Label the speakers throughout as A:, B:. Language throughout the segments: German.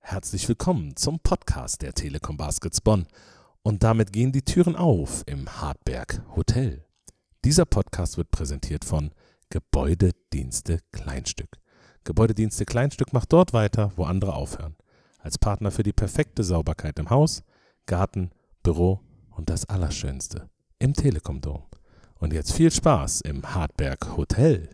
A: Herzlich willkommen zum Podcast der Telekom Baskets Bonn. Und damit gehen die Türen auf im Hartberg Hotel. Dieser Podcast wird präsentiert von Gebäudedienste Kleinstück. Gebäudedienste Kleinstück macht dort weiter, wo andere aufhören. Als Partner für die perfekte Sauberkeit im Haus, Garten, Büro und das Allerschönste im Telekom Dom. Und jetzt viel Spaß im Hartberg Hotel.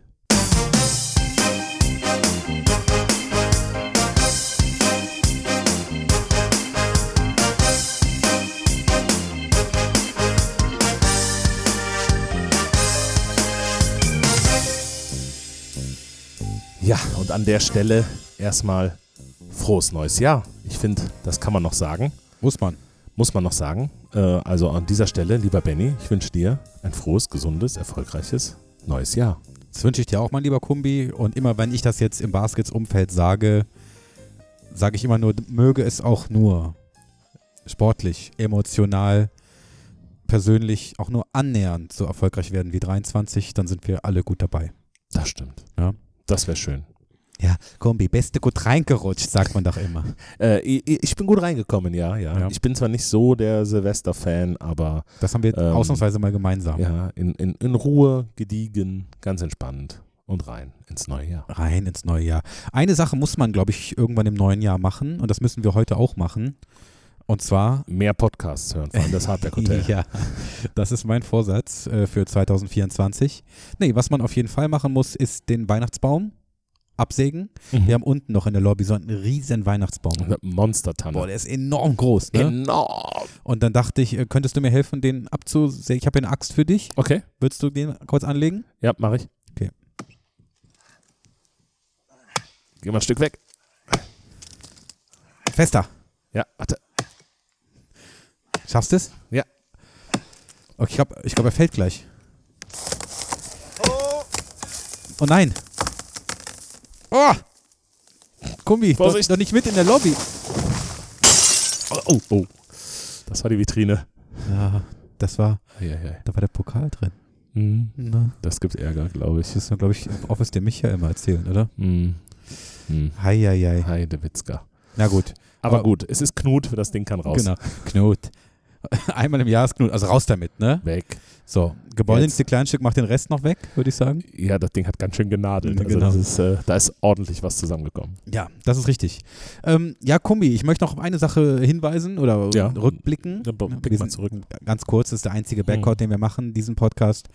A: Ja, und an der Stelle erstmal frohes neues Jahr. Ich finde, das kann man noch sagen.
B: Muss man.
A: Muss man noch sagen. Äh, also an dieser Stelle, lieber Benny, ich wünsche dir ein frohes, gesundes, erfolgreiches neues Jahr.
B: Das wünsche ich dir auch, mein lieber Kumbi. Und immer wenn ich das jetzt im Baskets-Umfeld sage, sage ich immer nur, möge es auch nur sportlich, emotional, persönlich auch nur annähernd so erfolgreich werden wie 23, dann sind wir alle gut dabei.
A: Das stimmt.
B: Ja.
A: Das wäre schön.
B: Ja, Kombi, beste gut reingerutscht, sagt man doch immer.
A: Äh, ich, ich bin gut reingekommen, ja, ja,
B: Ja.
A: Ich bin zwar nicht so der Silvester-Fan, aber
B: Das haben wir
A: Ähm,
B: ausnahmsweise mal gemeinsam.
A: ja, in, in, in Ruhe, gediegen, ganz entspannt und rein ins neue Jahr.
B: Rein ins neue Jahr. Eine Sache muss man, glaube ich, irgendwann im neuen Jahr machen und das müssen wir heute auch machen. Und zwar
A: Mehr Podcasts hören, vor allem das Hardback Hotel.
B: Ja, das ist mein Vorsatz äh, für 2024. Nee, was man auf jeden Fall machen muss, ist den Weihnachtsbaum absägen.
A: Mhm.
B: Wir haben unten noch in der Lobby so einen riesen Weihnachtsbaum. Boah,
A: Monstertanne. ne?
B: der ist enorm groß. Ne?
A: Enorm.
B: Und dann dachte ich, äh, könntest du mir helfen, den abzusägen? Ich habe hier eine Axt für dich.
A: Okay,
B: Würdest du den kurz anlegen?
A: ja, mache ich.
B: Okay.
A: Geh mal ein Stück weg.
B: Fester.
A: Ja, warte.
B: Schaffst du es?
A: Ja.
B: Okay, ich glaube, ich glaub, er fällt gleich. Oh nein. Oh! Kumbi, doch,
A: Vorsicht.
B: doch nicht mit in der Lobby.
A: Oh, oh, oh. Das war die Vitrine.
B: Ja, das war,
A: Eieiei.
B: da war der Pokal drin. ne?
A: Mhm. Das gibt Ärger, glaube ich.
B: Das ist, glaube ich, Office der Micha immer erzählen, oder?
A: Mhm. Mhm.
B: Heieiei.
A: Heidewitzka.
B: Na gut,
A: Aber,
B: Aber-
A: gut, es ist Knut, das Ding kann raus.
B: genau. Knut. Einmal im Jahr ist Knut, also raus damit, ne?
A: Weg.
B: So, Gebäude ins Kleinstück, macht den Rest noch weg, würde ich sagen.
A: Ja, das Ding hat ganz schön genadelt.
B: Ja,
A: Also
B: genau.
A: das ist, äh, da ist ordentlich was zusammengekommen.
B: Ja, das ist richtig. Ähm, ja, Kumbi, ich möchte noch auf eine Sache hinweisen oder
A: Ja.
B: rückblicken.
A: Dann blick
B: Wir
A: mal
B: sind-
A: zurück. Hm.
B: Ganz kurz, das ist der einzige Backcourt, den wir machen, diesen Podcast.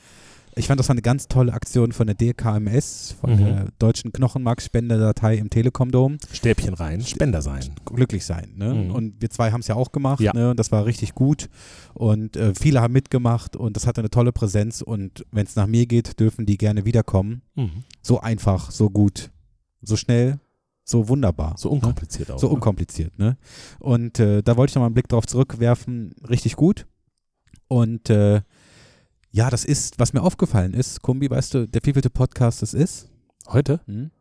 B: Ich fand, das war eine ganz tolle Aktion von der DKMS, von
A: Mhm.
B: der Deutschen Knochenmarkspenderdatei im Telekom-Dom.
A: Stäbchen rein, Spender sein.
B: glücklich sein. Ne?
A: Mhm.
B: Und wir zwei haben es ja auch gemacht.
A: Ja.
B: Ne? Und das war richtig gut. Und äh, viele haben mitgemacht und das hatte eine tolle Präsenz. Und wenn es nach mir geht, dürfen die gerne wiederkommen.
A: Mhm.
B: So einfach, so gut, so schnell, so wunderbar.
A: So unkompliziert auch.
B: So
A: ne?
B: unkompliziert, ne? Und äh, da wollte ich nochmal einen Blick drauf zurückwerfen, richtig gut. Und äh, ja, das ist, was mir aufgefallen ist, Kumbi, weißt du, der wievielte Podcast das ist?
A: Heute?
B: Hm?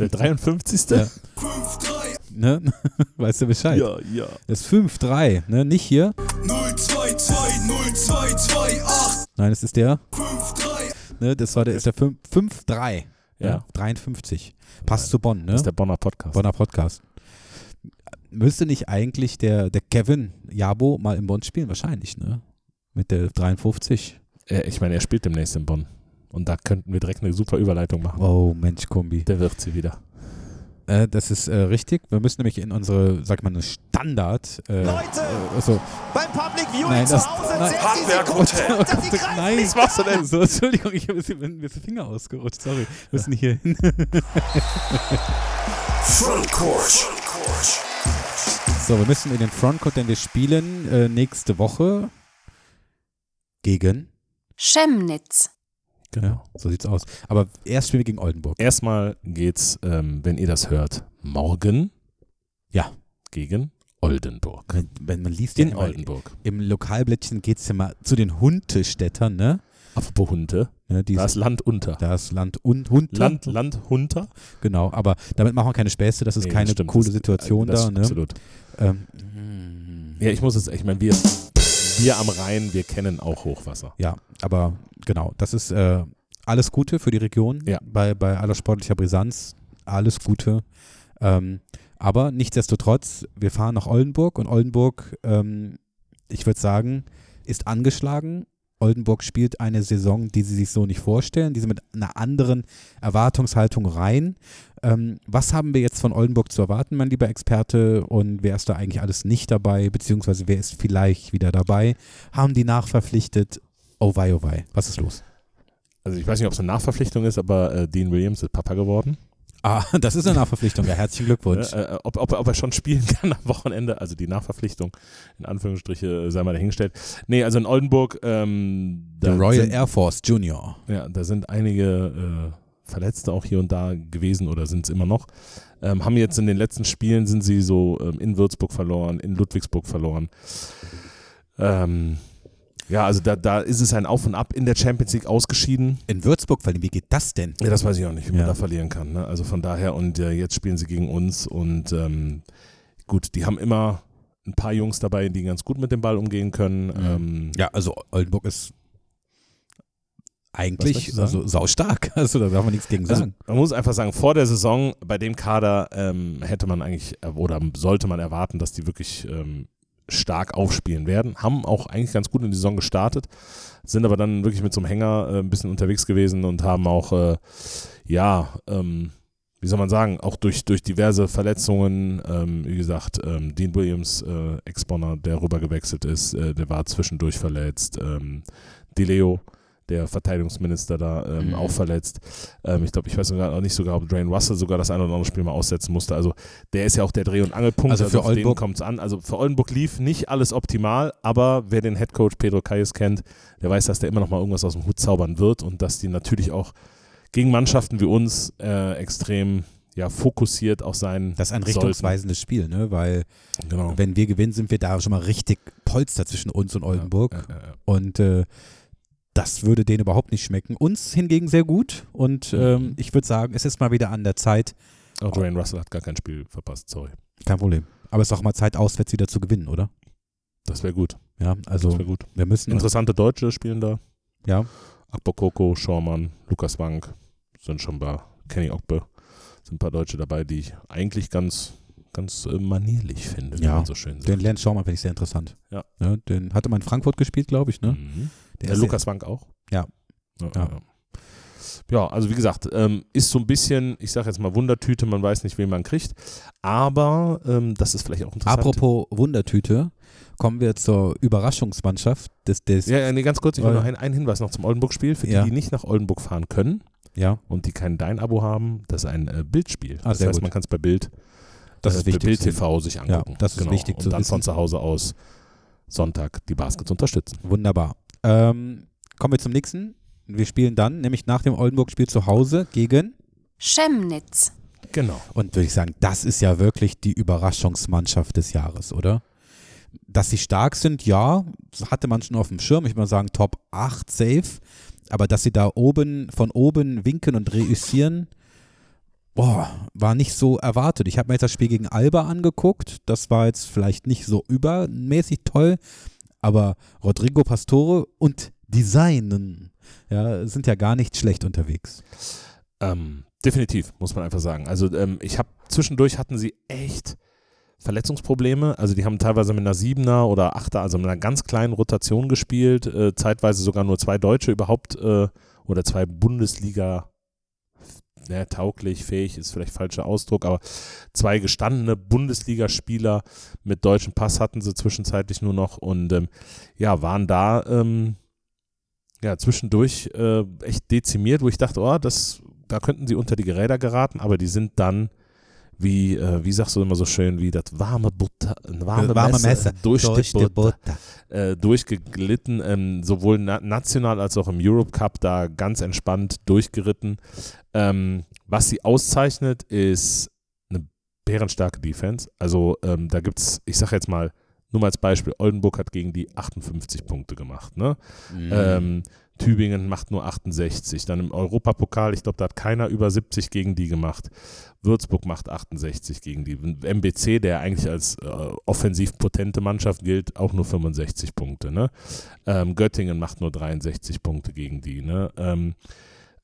A: Der 53.
B: Ja. Ne? weißt du Bescheid?
A: ja. ja.
B: Das ist 5-3, ne? Nicht hier.
C: 0220228853.
B: Nein, es ist der. Ne, das war der, ist der 5-3.
A: Ja.
B: Ne? 53. Passt zu Bonn, ne?
A: Das ist der Bonner Podcast.
B: Bonner Podcast. Müsste nicht eigentlich der, der Kevin Jabo mal in Bonn spielen? Wahrscheinlich, ne? Mit der 53.
A: Äh, ich meine, er spielt demnächst in Bonn. Und da könnten wir direkt eine super Überleitung machen.
B: Oh, Mensch, Kombi.
A: Der wirft sie wieder.
B: Äh, das ist äh, richtig. Wir müssen nämlich in unsere, sag ich mal, eine Standard. Äh,
C: Leute!
B: Äh, achso.
C: Beim Public Viewing
B: Nein, das-
C: zu Hause
B: nein.
C: selbst die
D: Hardberg
C: Sekunde,
D: Hotel.
C: dass sie greifen
B: Nein,
C: nicht.
B: machst du denn? So, Entschuldigung, ich habe mir den Finger ausgerutscht. Sorry. Wir müssen hier hin.
D: Front Court.
B: So, wir müssen in den Frontcourt, denn wir spielen äh, nächste Woche gegen.
E: Chemnitz.
B: Ja, so sieht's aus. Aber erst spielen wir gegen Oldenburg.
A: Erstmal geht's, ähm, wenn ihr das hört, morgen
B: Ja.
A: gegen Oldenburg.
B: Wenn, wenn man liest,
A: In
B: ja, immer-
A: Oldenburg.
B: im Lokalblättchen geht's ja mal zu den Huntestädtern, ne?
A: Apropos Hunte,
B: ne die
A: da
B: das,
A: ist Land unter.
B: das Land und Hunte.
A: Land, Land Hunter.
B: Genau, aber damit machen wir keine Späße, das ist
A: Nee,
B: keine
A: das stimmt.
B: coole
A: Das-
B: Situation
A: das
B: da,
A: ist
B: ne?
A: Absolut.
B: Ähm,
A: Ja, ich muss jetzt, ich meine, wir, wir am Rhein, wir kennen auch Hochwasser.
B: ja, aber genau, das ist äh, alles Gute für die Region.
A: Ja.
B: Bei, bei aller sportlicher Brisanz, alles Gute. Ähm, aber nichtsdestotrotz, wir fahren nach Oldenburg und Oldenburg, ähm, ich würde sagen, ist angeschlagen. Oldenburg spielt eine Saison, die sie sich so nicht vorstellen, die sie mit einer anderen Erwartungshaltung rein. Ähm, was haben wir jetzt von Oldenburg zu erwarten, mein lieber Experte? Und wer ist da eigentlich alles nicht dabei? Beziehungsweise wer ist vielleicht wieder dabei? Haben die nachverpflichtet? Oh wei, oh wei. Was ist los?
A: Also ich weiß nicht, ob es eine Nachverpflichtung ist, aber äh, Dean Williams ist Papa geworden.
B: Ah, das ist eine Nachverpflichtung. Ja, herzlichen Glückwunsch.
A: Äh, äh, ob, ob, ob er schon spielen kann am Wochenende, also die Nachverpflichtung, in Anführungsstriche, äh, sei mal dahingestellt. Nee, also in Oldenburg, ähm,
B: Der
A: da,
B: Royal
A: sind,
B: Air Force Junior.
A: ja, da sind einige äh, Verletzte auch hier und da gewesen oder sind es immer noch. Ähm, haben jetzt in den letzten Spielen, sind sie so ähm, in Würzburg verloren, in Ludwigsburg verloren. Ähm, ja, also da, da ist es ein Auf und Ab in der Champions League ausgeschieden.
B: In Würzburg verliehen. Wie geht das denn?
A: Ja, das weiß ich auch nicht, wie
B: Ja.
A: man da verlieren kann. Ne? Also von daher, und äh, jetzt spielen sie gegen uns und ähm, gut, die haben immer ein paar Jungs dabei, die ganz gut mit dem Ball umgehen können. Ähm,
B: Mhm. Ja, also Oldenburg ist
A: Was möchtest
B: eigentlich
A: du sagen?
B: also saustark. Also da darf man nichts gegen
A: Also
B: sagen.
A: man muss einfach sagen, vor der Saison bei dem Kader ähm, hätte man eigentlich äh, oder sollte man erwarten, dass die wirklich ähm, stark aufspielen werden. Haben auch eigentlich ganz gut in die Saison gestartet, sind aber dann wirklich mit so einem Hänger äh, ein bisschen unterwegs gewesen und haben auch, äh, ja, ähm, wie soll man sagen, auch durch, durch diverse Verletzungen, ähm, wie gesagt, ähm, Dean Williams, äh, Ex-Bonner, der rübergewechselt ist, äh, der war zwischendurch verletzt, ähm, DiLeo, der Verteidigungsminister da, ähm,
B: Mhm.
A: auch verletzt. Ähm, ich glaube, ich weiß sogar noch nicht sogar, ob Drain Russell sogar das ein oder andere Spiel mal aussetzen musste. Also der ist ja auch der Dreh- und Angelpunkt.
B: Also für
A: auf den
B: Oldenburg-
A: kommt's an. Also für Oldenburg lief nicht alles optimal, aber wer den Headcoach Pedro Calles kennt, der weiß, dass der immer noch mal irgendwas aus dem Hut zaubern wird und dass die natürlich auch gegen Mannschaften wie uns äh, extrem ja, fokussiert auch sein
B: Das ist ein
A: sollten.
B: richtungsweisendes Spiel, ne? Weil
A: Genau.
B: wenn wir gewinnen, sind wir da schon mal richtig Polster zwischen uns und Oldenburg.
A: Ja, ja, ja.
B: Und äh, das würde denen überhaupt nicht schmecken. Uns hingegen sehr gut. Und ähm, ich würde sagen, es ist mal wieder an der Zeit.
A: Auch Drain Russell hat gar kein Spiel verpasst, sorry.
B: Kein Problem. Aber es ist auch mal Zeit, auswärts wieder zu gewinnen, oder?
A: Das wäre gut.
B: Ja,
A: Das
B: also
A: wäre gut.
B: wir müssen.
A: Interessante Deutsche spielen da.
B: Ja,
A: Akbokoko, Schormann, Lukas Wank sind schon bei Kenny Ogbe. Sind ein paar Deutsche dabei, die ich eigentlich ganz, ganz äh, manierlich finde, wie
B: Ja,
A: man so schön
B: den
A: sagt.
B: Lance Schaumann finde ich sehr interessant.
A: Ja.
B: Ne, den hatte man in Frankfurt gespielt, glaube ich, ne?
A: Mhm.
B: Der
A: Der
B: ist
A: Lukas Wank auch?
B: Ja.
A: Ja,
B: Ja.
A: ja. Ja, also wie gesagt, ähm, ist so ein bisschen, ich sage jetzt mal Wundertüte, man weiß nicht, wen man kriegt, aber ähm, das ist vielleicht auch interessant.
B: Apropos Wundertüte, kommen wir zur Überraschungsmannschaft des, des
A: Ja, ja, nee, ganz kurz, ich will
B: Weil-
A: noch einen, einen Hinweis noch zum Oldenburg-Spiel, für die,
B: Äh. Ja.
A: die nicht nach Oldenburg fahren können
B: ja,
A: und die kein Dein-Abo haben, das ist ein äh, Bildspiel.
B: Ah,
A: das
B: sehr
A: heißt,
B: gut.
A: man kann es bei Bild
B: das
A: äh,
B: ist
A: bei
B: wichtig.
A: Bild TV sich angucken. Genau.
B: Ja, das ist wichtig
A: Und
B: zu
A: dann von
B: wissen.
A: zu Hause aus Sonntag die Baskets unterstützen.
B: Wunderbar. Ähm, kommen wir zum nächsten. Wir spielen dann, nämlich nach dem Oldenburg-Spiel zu Hause gegen,
D: Chemnitz.
A: Genau.
B: und würde ich sagen, das ist ja wirklich die Überraschungsmannschaft des Jahres, oder? Dass sie stark sind, ja, das hatte man schon auf dem Schirm. Ich würde mal sagen, Top 8 safe. Aber dass sie da oben, von oben winken und reüssieren, boah, war nicht so erwartet. Ich habe mir jetzt das Spiel gegen Alba angeguckt. Das war jetzt vielleicht nicht so übermäßig toll, aber Rodrigo Pastore und Designen ja, sind ja gar nicht schlecht unterwegs.
A: Ähm, definitiv, muss man einfach sagen. Also ähm, ich habe zwischendurch hatten sie echt Verletzungsprobleme. Also die haben teilweise mit einer Siebener oder Achter, also mit einer ganz kleinen Rotation gespielt. Äh, zeitweise sogar nur zwei Deutsche überhaupt äh, oder zwei Bundesliga ne, tauglich, fähig ist vielleicht falscher Ausdruck, aber zwei gestandene Bundesligaspieler mit deutschem Pass hatten sie zwischenzeitlich nur noch und ähm, ja, waren da ähm, ja zwischendurch äh, echt dezimiert, wo ich dachte, oh, das, da könnten sie unter die Geräder geraten, aber die sind dann wie, äh, wie sagst du immer so schön, wie das warme Butter, ein warme,
B: Warme
A: Messer,
B: Messer
A: durch, die Butter
B: Butter.
A: äh, durchgeglitten, ähm, sowohl na national als auch im Europe Cup da ganz entspannt durchgeritten. Ähm, was sie auszeichnet, ist eine bärenstarke Defense. Also ähm, da gibt es, ich sage jetzt mal, nur mal als Beispiel, Oldenburg hat gegen die 58 Punkte gemacht. Ne?
B: Mhm.
A: Ähm, Tübingen macht nur 68. Dann im Europapokal, ich glaube, da hat keiner über 70 gegen die gemacht. Würzburg macht 68 gegen die. MBC, der eigentlich als äh, offensiv potente Mannschaft gilt, auch nur 65 Punkte. Ne? Ähm, Göttingen macht nur 63 Punkte gegen die. Ne? Ähm,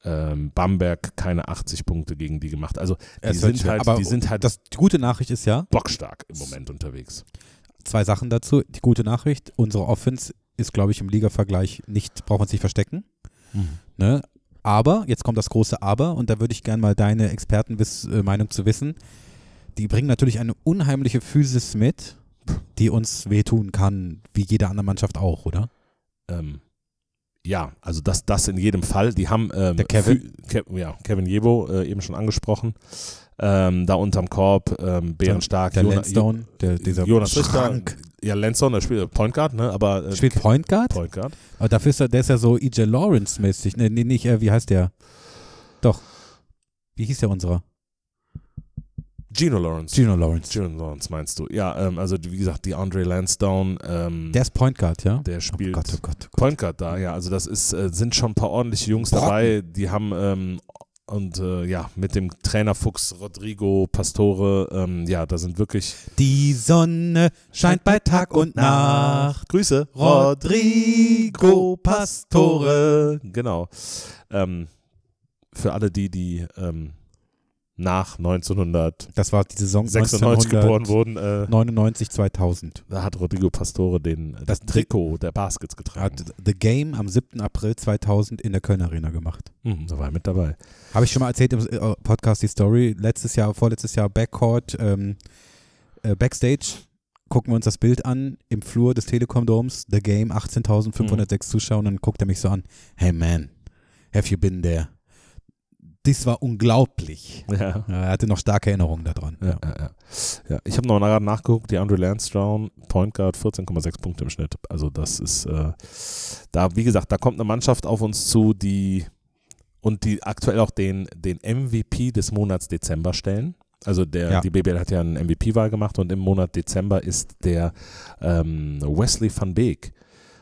A: Ähm, Bamberg keine 80 Punkte gegen die gemacht. Also die
B: Es wird
A: sind
B: schwer.
A: halt,
B: aber
A: die sind halt
B: Äh, das, die gute Nachricht ist ja,
A: bockstark im Moment unterwegs.
B: zwei Sachen dazu. Die gute Nachricht, unsere Offense ist, glaube ich, im Liga-Vergleich nicht, braucht man sich verstecken. Ne? Aber, jetzt kommt das große Aber, und da würde ich gerne mal deine Expertenmeinung zu wissen. Die bringen natürlich eine unheimliche Physis mit, die uns wehtun kann, wie jede andere Mannschaft auch, oder?
A: Ähm, ja, also das, das in jedem Fall. Die haben ähm,
B: Der Kevin.
A: Fü- Ke ja, Kevin Jebo äh, eben schon angesprochen. Ähm, da unterm Korb, ähm, Bärenstark,
B: Der
A: Jona-
B: Lansdowne, der, dieser
A: Jonas Richter.
B: Schrank.
A: Ja, Lenson, der spielt Point Guard, ne? aber äh,
B: Spielt Point Guard?
A: Point Guard.
B: Aber dafür ist er, der ist ja so E.J. Lawrence-mäßig. Nee, nee, nicht, äh, wie heißt der? Doch. Wie hieß der unserer?
A: Gino Lawrence.
B: Gino Lawrence.
A: Gino Lawrence meinst du. Ja, ähm, also wie gesagt, die Andre Lansdowne, ähm,
B: Der ist Point Guard, ja?
A: der
B: oh
A: spielt
B: Gott, oh Gott, oh Gott.
A: Point Guard da, ja. Also das ist, äh, sind schon ein paar ordentliche Jungs
B: Brocken.
A: dabei, die haben ähm, und äh, ja, mit dem Trainer Fuchs, Rodrigo, Pastore, ähm, ja, da sind wirklich
B: Die Sonne scheint bei Tag und Nacht.
A: Grüße.
B: Rodrigo Pastore.
A: Genau. Ähm, für alle die, die ähm, nach 1996
B: Das war die Saison
A: geboren wurden, äh,
B: 99, 2000.
A: da hat Rodrigo Pastore den, äh, das
B: Das Tri-
A: Trikot der Baskets getragen.
B: Hat The Game am 7. April 2000 in der Köln Arena gemacht.
A: Mhm, da war er mit dabei.
B: Habe ich schon mal erzählt im äh, Podcast die Story. Letztes Jahr, vorletztes Jahr Backcourt, ähm, äh, Backstage. Gucken wir uns das Bild an im Flur des Telekom-Doms. The Game, 18.506 Zuschauer. Und dann guckt er mich so an. Hey man, have you been there? Das war unglaublich.
A: Ja.
B: Ja, Er hatte noch starke Erinnerungen daran.
A: Ja, ja, ja. ja ich habe noch mal gerade nachgeguckt, die Andre Lansdowne, Point Guard, 14,6 Punkte im Schnitt. Also das ist, äh, da wie gesagt, da kommt eine Mannschaft auf uns zu, die und die aktuell auch den, den MVP des Monats Dezember stellen. Also der,
B: Ja.
A: die BBL hat ja eine MVP-Wahl gemacht und im Monat Dezember ist der ähm, Wesley van Beek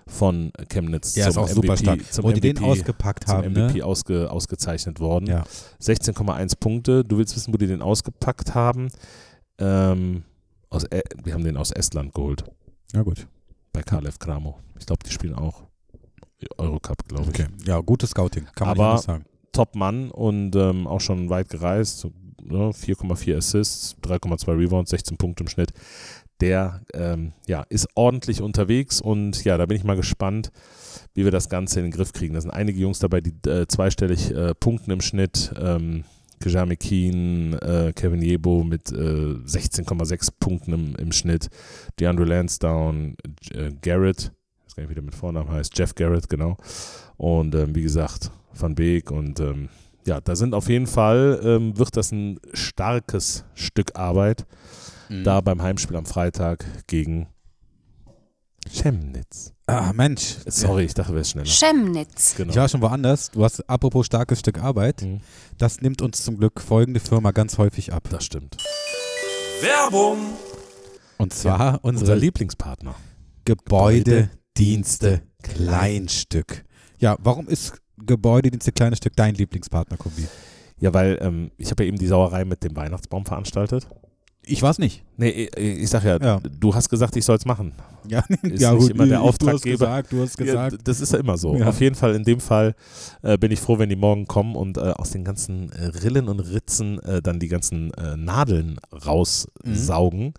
A: von Chemnitz zum
B: Ja, ist auch
A: MVP,
B: super stark.
A: zum
B: Wo die den
A: MVP
B: ausgepackt
A: zum
B: haben,
A: MVP
B: ne?
A: ausge, ausgezeichnet worden.
B: Ja.
A: 16,1 Punkte. Du willst wissen, wo die den ausgepackt haben? Ähm, aus, Ä- wir haben den aus Estland geholt,
B: Ja, gut.
A: bei Kalev Kramo. Ich glaube, die spielen auch Eurocup, glaube ich.
B: Okay. Ja, gutes Scouting, kann man
A: Aber-
B: nicht anders sagen.
A: Top-Mann und ähm, auch schon weit gereist. So, ne, 4,4 Assists, 3,2 Rebounds, 16 Punkte im Schnitt. Der ähm, ja, ist ordentlich unterwegs und ja, da bin ich mal gespannt, wie wir das Ganze in den Griff kriegen. Da sind einige Jungs dabei, die äh, zweistellig äh, Punkten im Schnitt. Ähm, Kejami Keen, äh, Kevin Jebo mit äh, 16,6 Punkten im, im Schnitt. DeAndre Lansdowne, J- äh, Garrett, ich weiß gar nicht, wie der mit Vornamen heißt, Jeff Garrett, genau. Und ähm, wie gesagt, Van Beek und ähm, ja, da sind auf jeden Fall, ähm, wird das ein starkes Stück Arbeit,
B: Mhm.
A: da beim Heimspiel am Freitag gegen Chemnitz.
B: Ah, Mensch.
A: Sorry, ich dachte, wir wären schneller.
D: Chemnitz.
A: Genau.
B: Ich war schon woanders. Du hast apropos starkes Stück Arbeit.
A: Mhm.
B: Das nimmt uns zum Glück folgende Firma ganz häufig ab.
A: Das stimmt.
C: Werbung.
B: Und zwar
A: Unser
B: unsere
A: Lieblingspartner.
B: Gebäudedienste Kleinstück. Ja, warum ist Gebäudedienste Kleinstück dein Lieblingspartner, Kumbi?
A: Ja, weil ähm, ich habe ja eben die Sauerei mit dem Weihnachtsbaum veranstaltet.
B: Ich weiß nicht.
A: Nee, ich, ich sag ja,
B: Ja.
A: du hast gesagt, ich soll es machen.
B: Ja,
A: Ist nicht immer der Auftraggeber.
B: Du hast gesagt, du hast
A: Ja,
B: gesagt.
A: d- das ist ja immer so.
B: Ja.
A: Auf jeden Fall in dem Fall äh, bin ich froh, wenn die morgen kommen und äh, aus den ganzen äh, Rillen und Ritzen äh, dann die ganzen äh, Nadeln raussaugen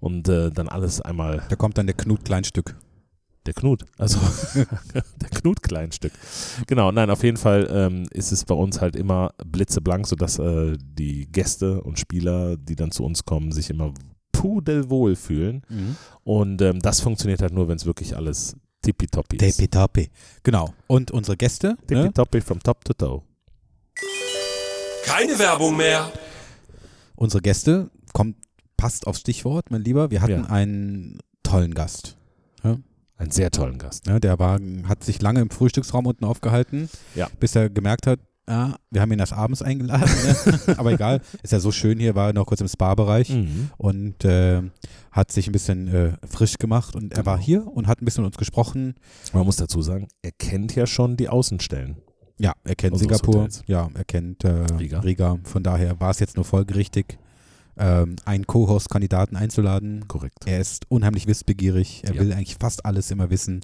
A: und äh, dann alles einmal
B: Mhm. Da kommt dann der Knut Kleinstück.
A: der Knut, also der Knut Kleinstück. Genau, nein, auf jeden Fall ähm, ist es bei uns halt immer blitzeblank, sodass äh, die Gäste und Spieler, die dann zu uns kommen, sich immer pudelwohl fühlen. Und ähm, das funktioniert halt nur, wenn es wirklich alles tippitoppi ist.
B: Tepi-tapi. Genau. Und unsere Gäste, ne?
A: Tippitoppi from top to toe.
C: Keine Werbung mehr.
B: unsere Gäste, kommt, passt aufs Stichwort, mein Lieber. Wir hatten
A: Ja.
B: einen tollen Gast.
A: einen sehr tollen Gast.
B: Ne, der war, hat sich lange im Frühstücksraum unten aufgehalten,
A: Ja.
B: bis er gemerkt hat, ah, wir haben ihn erst abends eingeladen. Ne? Aber egal, ist ja so schön hier, war noch kurz im Spa-Bereich
A: Mhm.
B: und äh, hat sich ein bisschen äh, frisch gemacht. Und
A: Genau.
B: er war hier und hat ein bisschen mit uns gesprochen.
A: Man muss dazu sagen, er kennt ja schon die Außenstellen.
B: Ja, er kennt
A: Unseres
B: Singapur,
A: Hotels.
B: ja, er kennt äh,
A: Riga.
B: Riga. Von daher war es jetzt nur folgerichtig, ähm, einen Co-Host-Kandidaten einzuladen.
A: Korrekt.
B: Er ist unheimlich wissbegierig. Er
A: Ja.
B: will eigentlich fast alles immer wissen.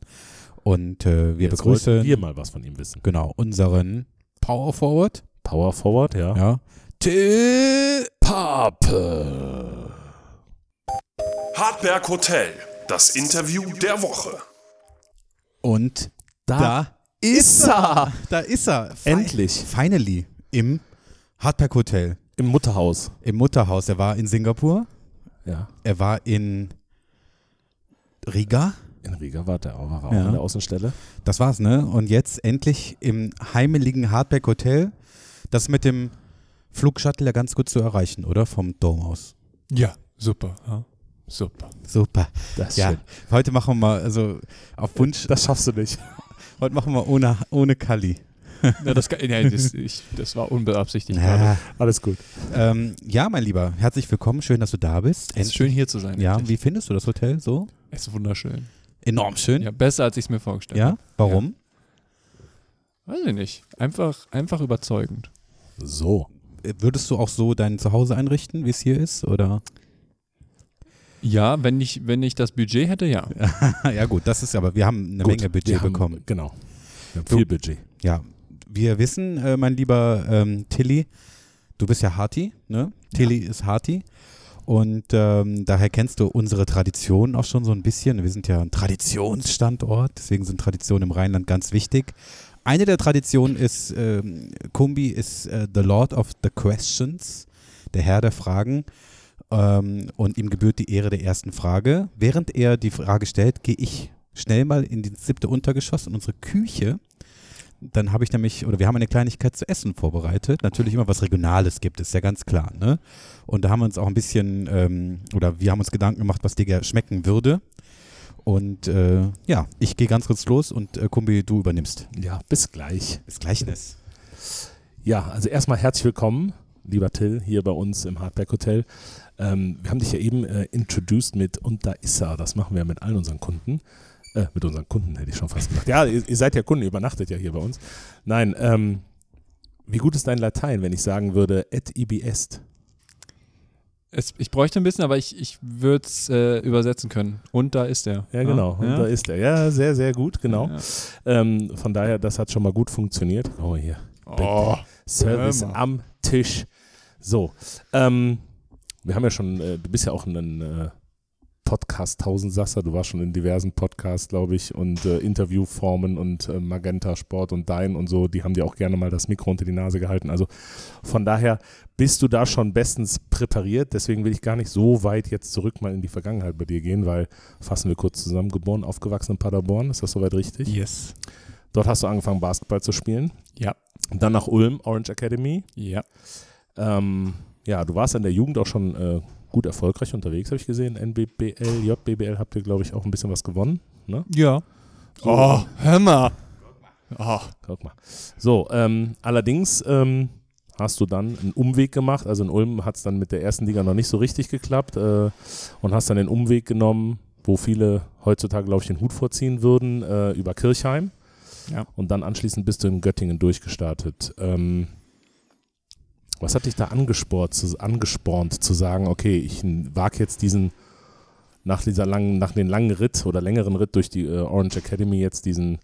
B: Und äh, wir
A: Jetzt
B: begrüßen
A: wollten wir mal was von ihm wissen.
B: genau unseren Power Forward.
A: Power Forward, ja.
B: Ja.
A: Till Pape.
C: Hardberg Hotel. Das Interview der Woche.
B: Und
A: Da,
B: da,
A: ist er.
B: da ist er. Fi-
A: Ah. Endlich.
B: Finally im Hardpack Hotel,
A: Im Mutterhaus.
B: im Mutterhaus. Er war in Singapur,
A: Ja.
B: er war in Riga.
A: In Riga war der, war er auch
B: Ja.
A: an der Außenstelle.
B: Das war's, ne? Und jetzt endlich im heimeligen Hardback Hotel. Das mit dem Flugshuttle ja ganz gut zu erreichen, oder? Vom Dom aus.
D: Ja, super. Ja. Super.
B: Super.
A: Das ist
B: Ja.
A: schön.
B: Heute machen wir mal, also auf Wunsch,
A: Das schaffst du nicht.
B: heute machen wir ohne, ohne Kalli.
D: Na, das, kann- nee, das, ich, das war unbeabsichtigt. gerade.
B: Ja.
A: Alles gut.
B: Ähm, ja, mein Lieber, herzlich willkommen. Schön, dass du da bist.
D: Es ist schön hier zu sein.
B: Ja,
D: endlich.
B: wie findest du das Hotel so?
D: es ist wunderschön.
B: Enorm schön.
D: Ja, besser als ich es mir vorgestellt
B: Ja?
D: habe.
B: Warum?
D: Weiß ich nicht. Einfach, einfach überzeugend.
A: So.
B: Äh, Würdest du auch so dein Zuhause einrichten, wie es hier ist? Oder?
D: Ja, wenn ich, wenn ich das Budget hätte, ja.
B: ja, gut, das ist aber, wir haben eine
A: Gut,
B: Menge Budget
A: wir haben,
B: bekommen.
A: Genau. Wir haben
B: Du-
A: viel Budget.
B: Ja. Wir wissen, äh, mein lieber ähm, Tilly, du bist ja Harti, ne? Tilly ist Harti. Und ähm, daher kennst du unsere Tradition auch schon so ein bisschen. Wir sind ja ein Traditionsstandort, deswegen sind Traditionen im Rheinland ganz wichtig. Eine der Traditionen ist, ähm, Kumbi ist äh, the Lord of the Questions, der Herr der Fragen. Ähm, und ihm gebührt die Ehre der ersten Frage. Während er die Frage stellt, gehe ich schnell mal in die siebte Untergeschoss, in unsere Küche. Dann habe ich nämlich, oder wir haben eine Kleinigkeit zu essen vorbereitet. Natürlich immer was Regionales gibt, ist ja ganz klar. Ne? Und da haben wir uns auch ein bisschen, ähm, oder wir haben uns Gedanken gemacht, was dir gerne schmecken würde. Und äh, ja, ich gehe ganz kurz los und äh, Kumbi, du übernimmst.
A: Ja, bis gleich.
B: Das Gleichnis.
A: Ja, also erstmal herzlich willkommen, lieber Till, hier bei uns im Hardback Hotel. Ähm, wir haben dich ja eben äh, introduced mit und da ist er. Das machen wir mit allen unseren Kunden. Äh, mit unseren Kunden hätte ich schon fast gesagt. Ja, ihr, ihr seid ja Kunden, ihr übernachtet ja hier bei uns. Nein, ähm, wie gut ist dein Latein, wenn ich sagen würde, et ibi est?
D: Es, ich bräuchte ein bisschen, aber ich, ich würde es äh, übersetzen können. Und da ist er.
A: Ja, genau. Und da ist er. Ja, sehr, sehr gut, genau.
D: Ah, Ja.
A: Ähm, von daher, das hat schon mal gut funktioniert. Oh, hier.
D: Oh.
A: Service
D: Hör mal.
A: am Tisch. So, ähm, wir haben ja schon, äh, du bist ja auch ein äh, Podcast Tausendsasser, du warst schon in diversen Podcasts, glaube ich, und äh, Interviewformen und äh, Magenta Sport und Dein und so, die haben dir auch gerne mal das Mikro unter die Nase gehalten. Also von daher bist du da schon bestens präpariert, deswegen will ich gar nicht so weit jetzt zurück mal in die Vergangenheit bei dir gehen, weil fassen wir kurz zusammen, geboren, aufgewachsen in Paderborn, ist das soweit richtig?
D: Yes.
A: Dort hast du angefangen, Basketball zu spielen.
D: Ja.
A: Dann nach Ulm, Orange Academy.
D: Ja.
A: Ähm, ja, du warst in der Jugend auch schon äh, gut erfolgreich unterwegs, habe ich gesehen. NBBL, JBBL habt ihr, glaube ich, auch ein bisschen was gewonnen. ne?
D: Ja. Oh, hör mal. Oh.
A: Guck mal. So, ähm, allerdings ähm, hast du dann einen Umweg gemacht. Also in Ulm hat es dann mit der ersten Liga noch nicht so richtig geklappt äh, und hast dann den Umweg genommen, wo viele heutzutage, glaube ich, den Hut vorziehen würden, äh, über Kirchheim.
D: Ja.
A: Und dann anschließend bist du in Göttingen durchgestartet. Ähm, was hat dich da angespornt zu, angespornt, zu sagen, okay, ich n- wage jetzt diesen nach dieser langen, nach dem langen Ritt oder längeren Ritt durch die äh, Orange Academy jetzt diesen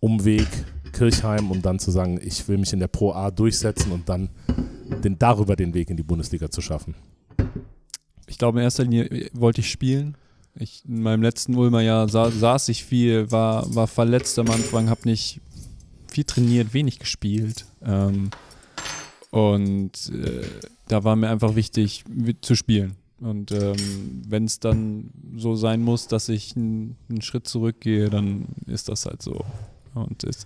A: Umweg Kirchheim, um dann zu sagen, ich will mich in der Pro A durchsetzen und dann den, darüber den Weg in die Bundesliga zu schaffen.
D: Ich glaube, in erster Linie äh, wollte ich spielen. Ich, in meinem letzten Ulmer Jahr sa saß ich viel, war, war verletzt am Anfang, habe nicht viel trainiert, wenig gespielt. Ähm, und äh, da war mir einfach wichtig, wi- zu spielen. Und ähm, wenn es dann so sein muss, dass ich n- einen Schritt zurückgehe, dann ist das halt so. Und es,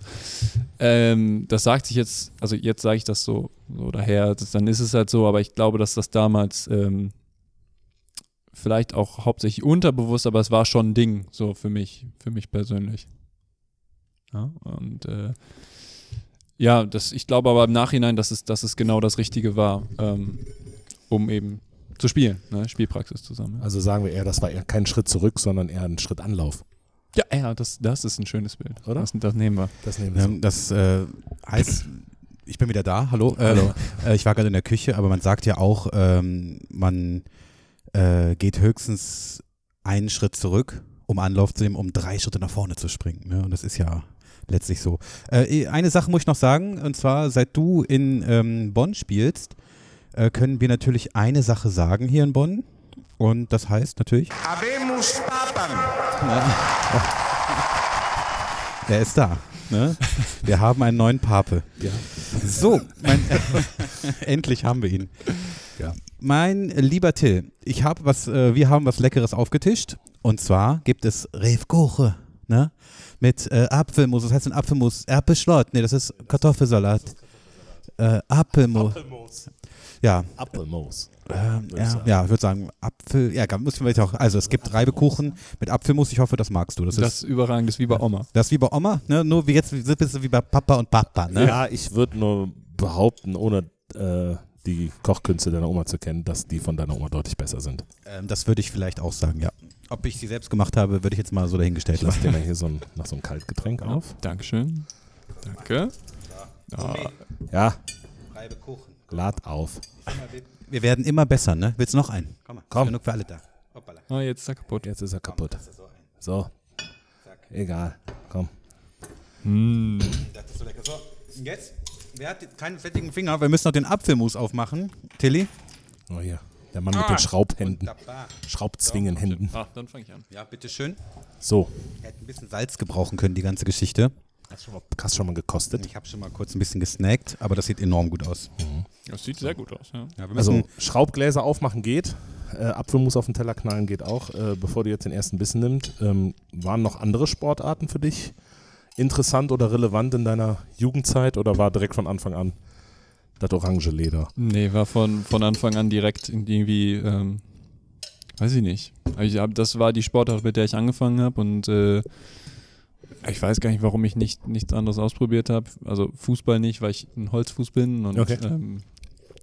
D: ähm, das sagt sich jetzt, also jetzt sage ich das so, so daher, das, dann ist es halt so, aber ich glaube, dass das damals ähm, vielleicht auch hauptsächlich unterbewusst, aber es war schon ein Ding, so für mich, für mich persönlich. Ja, und äh, ja, das, ich glaube aber im Nachhinein, dass es, dass es genau das Richtige war, ähm, um eben zu spielen, ne? Spielpraxis zusammen.
A: Also sagen wir eher, das war eher kein Schritt zurück, sondern eher ein Schritt Anlauf.
D: ja, ja, das, das ist ein schönes Bild,
A: Oder?
D: Das, das nehmen wir.
A: Das nehmen wir so.
B: Ähm, das äh, heißt, ich bin wieder da, hallo. Äh, hallo. Äh, ich war gerade in der Küche, aber man sagt ja auch, ähm, man äh, geht höchstens einen Schritt zurück, um Anlauf zu nehmen, um drei Schritte nach vorne zu springen. Ne? Und das ist ja letztlich so. Äh, eine Sache muss ich noch sagen, und zwar, seit du in ähm, Bonn spielst, äh, können wir natürlich eine Sache sagen hier in Bonn. Und das heißt natürlich,
E: Habemus Papam.
B: er ist da. Ne? Wir haben einen neuen Pape. So, mein, endlich haben wir ihn.
A: Ja.
B: Mein lieber Till, ich habe was, äh, wir haben was Leckeres aufgetischt. Und zwar gibt es Revkoche, ne? Mit äh, Apfelmus. Das heißt ein Apfelmus. Erpeschlott. Nee, das ist Kartoffelsalat. Äh, Apfelmus. Ja,
A: Appelmoos.
B: ähm, ja, ja, ich würde sagen, Apfel, ja, muss ich vielleicht auch, also es gibt Reibekuchen mit Apfelmus, ich hoffe, das magst du. Das,
D: Das
B: ist,
D: ist überragend, das ist wie bei Oma.
B: das ist wie bei Oma, ne? nur wie jetzt bist du wie bei Papa und Papa, ne?
A: Ja, ich würde nur behaupten, ohne äh, die Kochkünste deiner Oma zu kennen, dass die von deiner Oma deutlich besser sind.
B: Ähm, das würde ich vielleicht auch sagen, ja. Ob ich sie selbst gemacht habe, würde ich jetzt mal so dahingestellt
A: Ich lasse
B: lassen.
A: dir mal hier so ein, noch so ein Kaltgetränk auf.
D: Dankeschön. Danke. Ja.
A: Ja, lad auf.
B: Wir werden immer besser, ne? Willst du noch einen? Komm mal,
A: Komm.
B: Ist genug für alle da. Hoppala.
D: Ah, jetzt ist er kaputt.
A: Jetzt ist er kaputt. So. Egal. Komm.
B: Das ist so lecker. So, und jetzt, wer hat die- keinen fettigen Finger? Wir müssen noch den Apfelmus aufmachen, Tilly.
A: Oh, hier. Der Mann mit den Schraubhänden.
B: Wunderbar.
A: Schraubzwingenhänden.
D: Ah, dann fange ich an.
B: Ja, bitteschön.
A: So.
B: Hätte ein bisschen Salz gebrauchen können, die ganze Geschichte.
A: Hast schon mal, hast schon mal gekostet?
B: Ich habe schon mal kurz ein bisschen gesnackt, aber das sieht enorm gut aus.
D: Das sieht sehr gut aus, ja.
B: Ja, wir
A: Also Schraubgläser aufmachen geht, äh, Apfelmus auf den Teller knallen geht auch, äh, bevor du jetzt den ersten Bissen nimmst. Ähm, waren noch andere Sportarten für dich interessant oder relevant in deiner Jugendzeit oder war direkt von Anfang an das orange Leder?
D: Nee, war von, von Anfang an direkt irgendwie, ähm, weiß ich nicht. Aber Ich hab, das war die Sportart, mit der ich angefangen habe und äh, ich weiß gar nicht, warum ich nicht nichts anderes ausprobiert habe. Also Fußball nicht, weil ich ein Holzfuß bin und
A: Okay.
D: ähm,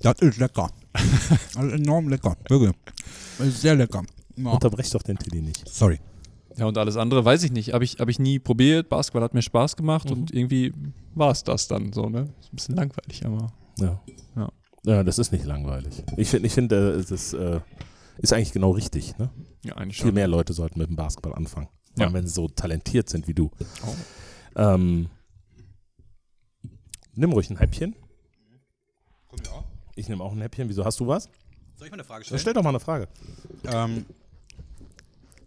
B: das ist lecker. Das ist enorm lecker. Wirklich. Das ist sehr lecker. Ja.
A: Unterbrech doch den Tilly nicht.
B: Sorry.
D: ja und alles andere weiß ich nicht. Habe ich habe ich nie probiert. Basketball hat mir Spaß gemacht und irgendwie war es das dann so ne. Ist ein bisschen langweilig, aber
A: Ja.
D: Ja.
A: ja, das ist nicht langweilig. Ich finde, ich find, äh, das äh, ist eigentlich genau richtig. Ne?
D: ja eigentlich
A: Viel
D: schon.
A: mehr Leute sollten mit dem Basketball anfangen. Vor
D: Ja.
A: allem, wenn sie so talentiert sind wie du.
D: Oh.
A: Ähm, nimm ruhig ein Häppchen. Ich nehme auch ein Häppchen. Wieso hast du was?
B: Soll ich mal eine Frage
A: Ja, stell doch mal eine Frage.
B: Ähm,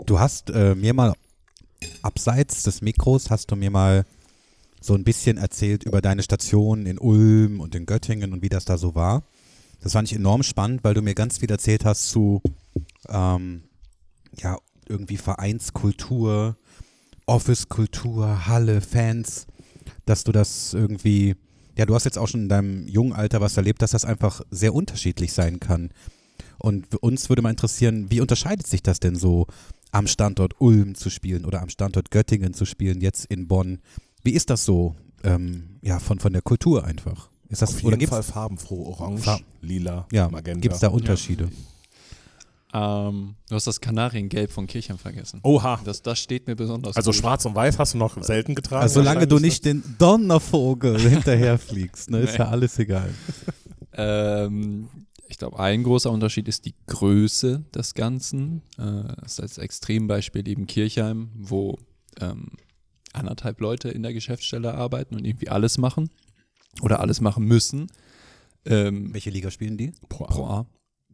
B: du hast äh, mir mal abseits des Mikros hast du mir mal so ein bisschen erzählt über deine Stationen in Ulm und in Göttingen und wie das da so war. Das fand ich enorm spannend, weil du mir ganz viel erzählt hast zu ähm, ja irgendwie Vereinskultur, Office-Kultur, Halle, Fans, dass du das irgendwie ja, du hast jetzt auch schon in deinem jungen Alter was erlebt, dass das einfach sehr unterschiedlich sein kann. Und für uns würde mal interessieren, wie unterscheidet sich das denn so, am Standort Ulm zu spielen oder am Standort Göttingen zu spielen, jetzt in Bonn? Wie ist das so? Ähm, ja, von, von der Kultur einfach. Ist das,
A: Auf
B: oder
A: jeden
B: gibt's,
A: Fall farbenfroh, orange,
B: Farb-
A: lila,
B: ja,
A: magenta.
B: gibt's da Unterschiede?
D: Ähm, du hast das Kanariengelb von Kirchheim vergessen.
A: Oha.
D: Das, das steht mir besonders
A: Also
D: gut.
A: schwarz und weiß hast du noch selten getragen.
B: Also solange du
A: wahrscheinlich,
B: nicht den Donnervogel hinterherfliegst, ne, ist
D: Nee.
B: ja alles egal.
D: Ähm, ich glaube, ein großer Unterschied ist die Größe des Ganzen. Äh, das ist als Extrembeispiel eben Kirchheim, wo ähm, anderthalb Leute in der Geschäftsstelle arbeiten und irgendwie alles machen oder alles machen müssen. Ähm,
B: Welche Liga spielen die?
D: pro, pro A.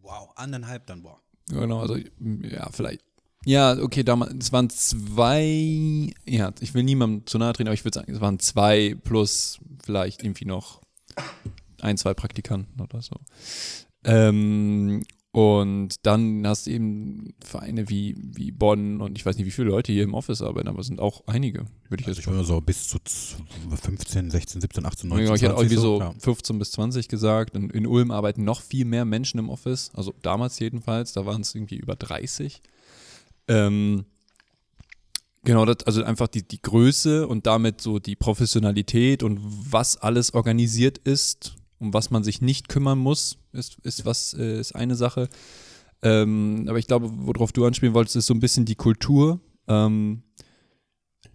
B: Wow, anderthalb dann, boah.
D: Ja, Genau, also ja, vielleicht. Ja, okay, damals, es waren zwei, ja, ich will niemandem zu nahe treten, aber ich würde sagen, es waren zwei plus vielleicht irgendwie noch ein, zwei Praktikanten oder so. Ähm, und dann hast du eben Vereine wie, wie Bonn und ich weiß nicht, wie viele Leute hier im Office arbeiten, aber es sind auch einige, würde ich
B: Also
D: jetzt
B: ich bin so bis zu z- 15, 16, 17, 18, 19,
D: ja, ich hätte irgendwie
B: 20
D: so
B: ja.
D: 15 bis 20 gesagt. In, in Ulm arbeiten noch viel mehr Menschen im Office. Also damals jedenfalls, da waren es irgendwie über 30. Ähm, genau, das, also einfach die, die Größe und damit so die Professionalität und was alles organisiert ist, um was man sich nicht kümmern muss, ist, ist, was, äh, ist eine Sache. Ähm, aber ich glaube, worauf du anspielen wolltest, ist so ein bisschen die Kultur. Ähm,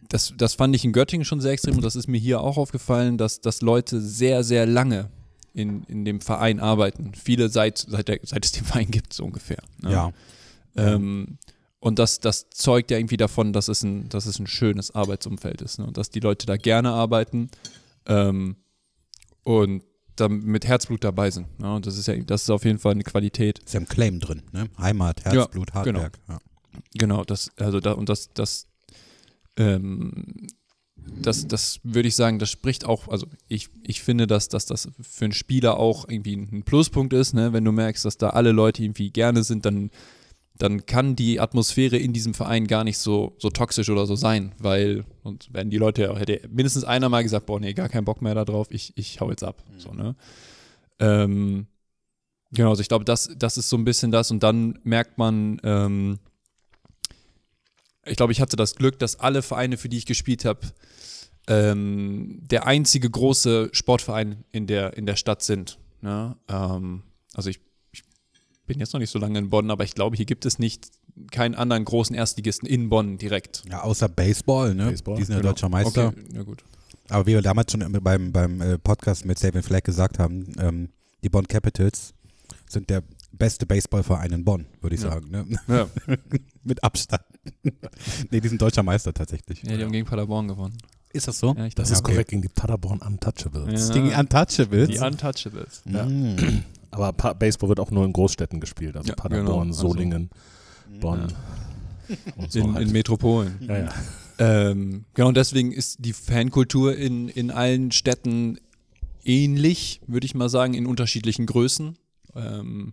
D: das, das fand ich in Göttingen schon sehr extrem und das ist mir hier auch aufgefallen, dass, dass Leute sehr, sehr lange in, in dem Verein arbeiten. Viele seit, seit, der, seit es den Verein gibt, so ungefähr. ne?
B: Ja.
D: Ähm, Und das, das zeugt ja irgendwie davon, dass es ein, dass es ein schönes Arbeitsumfeld ist ne? und dass die Leute da gerne arbeiten ähm, und dann mit Herzblut dabei sind. Ne? Und das ist ja, das ist auf jeden Fall eine Qualität.
B: Ist ja ein Claim drin, ne? Heimat, Herzblut,
D: Ja, genau.
B: Hartberg. Ja.
D: Genau, das, also da, und das, das, ähm, das, das würde ich sagen, das spricht auch, also ich, ich finde, dass, dass das für einen Spieler auch irgendwie ein Pluspunkt ist, ne? wenn du merkst, dass da alle Leute irgendwie gerne sind, dann, dann kann die Atmosphäre in diesem Verein gar nicht so, so toxisch oder so sein, weil sonst werden die Leute ja, hätte mindestens einer mal gesagt, boah, nee, gar keinen Bock mehr darauf, ich, ich hau jetzt ab. So, ne? Ähm, genau, also ich glaube, das, das ist so ein bisschen das und dann merkt man, ähm, ich glaube, ich hatte das Glück, dass alle Vereine, für die ich gespielt habe, ähm, der einzige große Sportverein in der, in der Stadt sind. Ne? Ähm, also ich, ich bin jetzt noch nicht so lange in Bonn, aber ich glaube, hier gibt es nicht keinen anderen großen Erstligisten in Bonn direkt.
B: ja, außer Baseball, ne?
A: Baseball,
B: Die sind ja
A: genau.
B: deutscher Meister.
D: Okay, na gut.
B: Aber wie wir damals schon beim, beim äh, Podcast mit Savin Fleck gesagt haben, ähm, die Bonn Capitals sind der beste Baseballverein in Bonn, würde ich
D: Ja.
B: sagen. Ne?
D: Ja,
B: mit Abstand. nee, die sind deutscher Meister tatsächlich.
D: ja, die haben gegen Paderborn gewonnen.
B: Ist das so?
D: Ja, ich
A: Das
D: glaube,
A: ist
B: okay.
A: korrekt gegen die Paderborn Untouchables.
D: Ja.
B: Das Ding Untouchables.
D: Die Untouchables.
A: Ja. Aber pa Baseball wird auch nur in Großstädten gespielt. Also
D: Ja,
A: Paderborn,
D: genau. Also-
A: Solingen, Bonn. Und so
D: In,
A: halt.
D: in Metropolen.
A: ja, ja.
D: Ähm, genau, und deswegen ist die Fankultur in, in allen Städten ähnlich, würde ich mal sagen, in unterschiedlichen Größen. Ähm,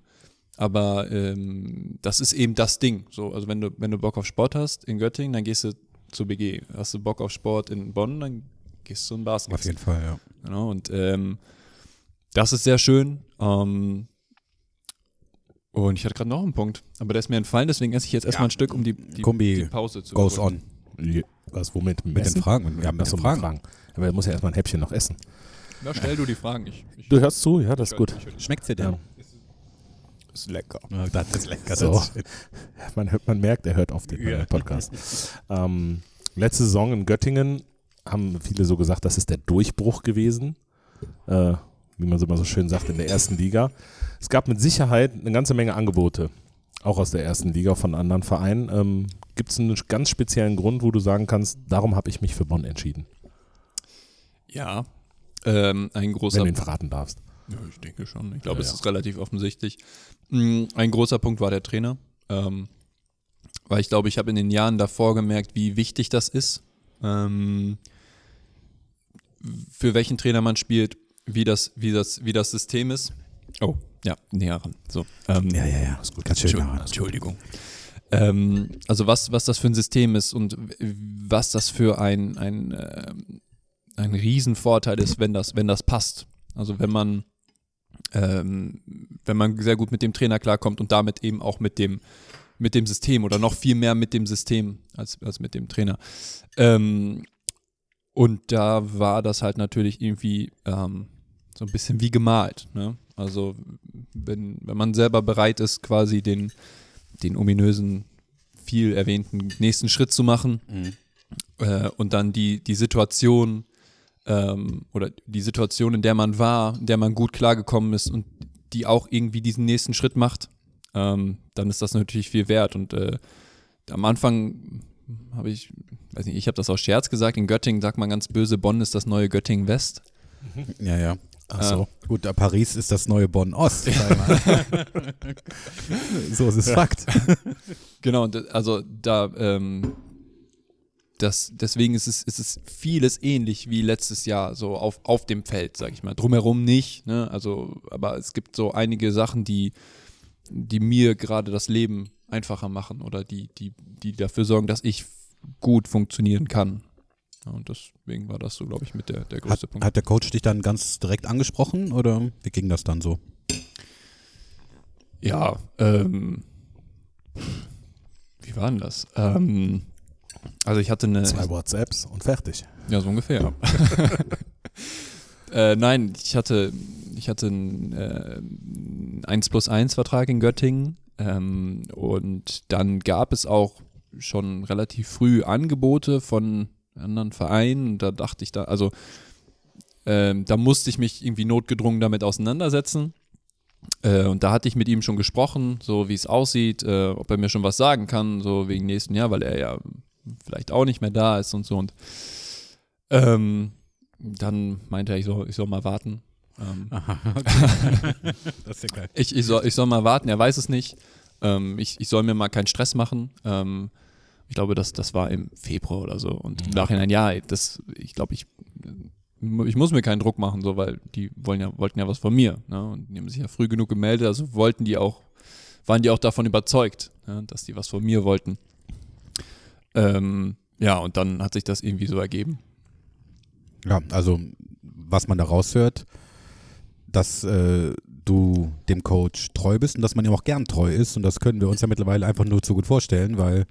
D: aber ähm, das ist eben das Ding. So, also wenn du, wenn du Bock auf Sport hast in Göttingen, dann gehst du zur BG. Hast du Bock auf Sport in Bonn, dann gehst du in
B: Auf
D: Basketball.
B: jeden Fall, ja.
D: Genau, und ähm, das ist sehr schön. Ähm, und ich hatte gerade noch einen Punkt, aber der ist mir entfallen, deswegen esse ich jetzt erstmal ein Stück, um die, die,
B: Kombi
D: die Pause zu
B: Goes
D: überbrücken.
B: on.
A: Je- Was, womit?
B: Mit den Fragen. Ja, mit
A: Achso,
B: den Fragen.
A: Aber er muss ja erstmal ein Häppchen noch essen.
D: Na, stell du die Fragen. Ich, ich
A: Du hörst zu? Ja, das ist gut.
B: Schmeckt sie
A: Ja.
B: denn?
D: ist lecker.
B: Ja. das ist lecker.
A: So.
B: Das ist
A: Man, hört, man merkt, er hört auf den äh,
B: Ja.
A: Podcast. ähm, letzte Saison in Göttingen haben viele so gesagt, das ist der Durchbruch gewesen. Äh, wie man es immer so schön sagt, in der ersten Liga. Es gab mit Sicherheit eine ganze Menge Angebote, auch aus der ersten Liga von anderen Vereinen. Ähm, Gibt es einen ganz speziellen Grund, wo du sagen kannst, darum habe ich mich für Bonn entschieden,
D: Ja. Ähm, ein
A: wenn
D: großer.
A: du ihn verraten darfst?
D: Ja, ich denke schon. Ich glaube,
A: Ja,
D: es
A: ja.
D: ist relativ offensichtlich. Mm, Ein großer Punkt war der Trainer. Ähm, weil ich glaube, ich habe in den Jahren davor gemerkt, wie wichtig das ist. Ähm, für welchen Trainer man spielt, wie das, wie das, wie das System ist. Oh, ja, näher ran. So. Ähm,
B: ja, ja, ja. Ganz schön.
D: Entschuldigung.
B: nah.
D: Entschuldigung. Ähm, also was, was das für ein System ist und w- was das für ein, ein, ähm, ein Riesenvorteil ist, wenn das, wenn das passt. Also wenn man, ähm, wenn man sehr gut mit dem Trainer klarkommt und damit eben auch mit dem, mit dem System oder noch viel mehr mit dem System als, als mit dem Trainer. Ähm, und da war das halt natürlich irgendwie ähm, so ein bisschen wie gemalt. Ne? Also wenn, wenn man selber bereit ist, quasi den, den ominösen, viel erwähnten nächsten Schritt zu machen äh, und dann die, die Situation ähm, oder die Situation, in der man war, in der man gut klargekommen ist und die auch irgendwie diesen nächsten Schritt macht, ähm, dann ist das natürlich viel wert. Und äh, am Anfang habe ich, weiß nicht, ich habe das aus Scherz gesagt, in Göttingen sagt man ganz böse, Bonn ist das neue Göttingen West.
B: Ja, ja.
A: Achso.
B: Gut, äh, Paris ist das neue Bonn-Ost. sag mal. so ist es Fakt.
D: Genau, und, äh, also da, ähm, das, deswegen ist es, ist es vieles ähnlich wie letztes Jahr, so auf, auf dem Feld, sag ich mal. Drumherum nicht, ne? Also, aber es gibt so einige Sachen, die, die mir gerade das Leben einfacher machen oder die, die, die dafür sorgen, dass ich gut funktionieren kann. Ja, und deswegen war das so, glaube ich, mit der, der
B: Hat,
D: größte Punkt.
B: hat der Coach dich dann ganz direkt angesprochen oder wie ging das dann so?
D: Ja, ähm, wie war denn das? Ähm, also ich hatte eine.
A: Zwei WhatsApps und fertig.
D: Ja, so ungefähr. äh, nein, ich hatte, ich hatte einen äh, 1 plus 1 Vertrag in Göttingen ähm, und dann gab es auch schon relativ früh Angebote von anderen Vereinen. Da dachte ich da, also ähm, da musste ich mich irgendwie notgedrungen damit auseinandersetzen. Äh, und da hatte ich mit ihm schon gesprochen, so wie es aussieht, äh, ob er mir schon was sagen kann, so wegen nächsten Jahr, weil er ja vielleicht auch nicht mehr da ist und so. Und ähm, dann meinte er, ich soll, ich soll mal warten. Ähm,
B: Das ist ja geil.
D: ich, ich, soll, ich soll mal warten, er weiß es nicht. Ähm, ich, ich soll mir mal keinen Stress machen. Ähm, ich glaube, das, das war im Februar oder so. Und im Nachhinein, ja, das, ich glaube, ich, ich muss mir keinen Druck machen, so, weil die wollen ja, wollten ja was von mir. Ne? Und die haben sich ja früh genug gemeldet, also wollten die auch, waren die auch davon überzeugt, ne? dass die was von mir wollten. Ähm, ja, und dann hat sich das irgendwie so ergeben.
B: Ja, also was man da raushört, dass äh, du dem Coach treu bist und dass man ihm auch gern treu ist und das können wir uns ja mittlerweile einfach nur zu gut vorstellen, weil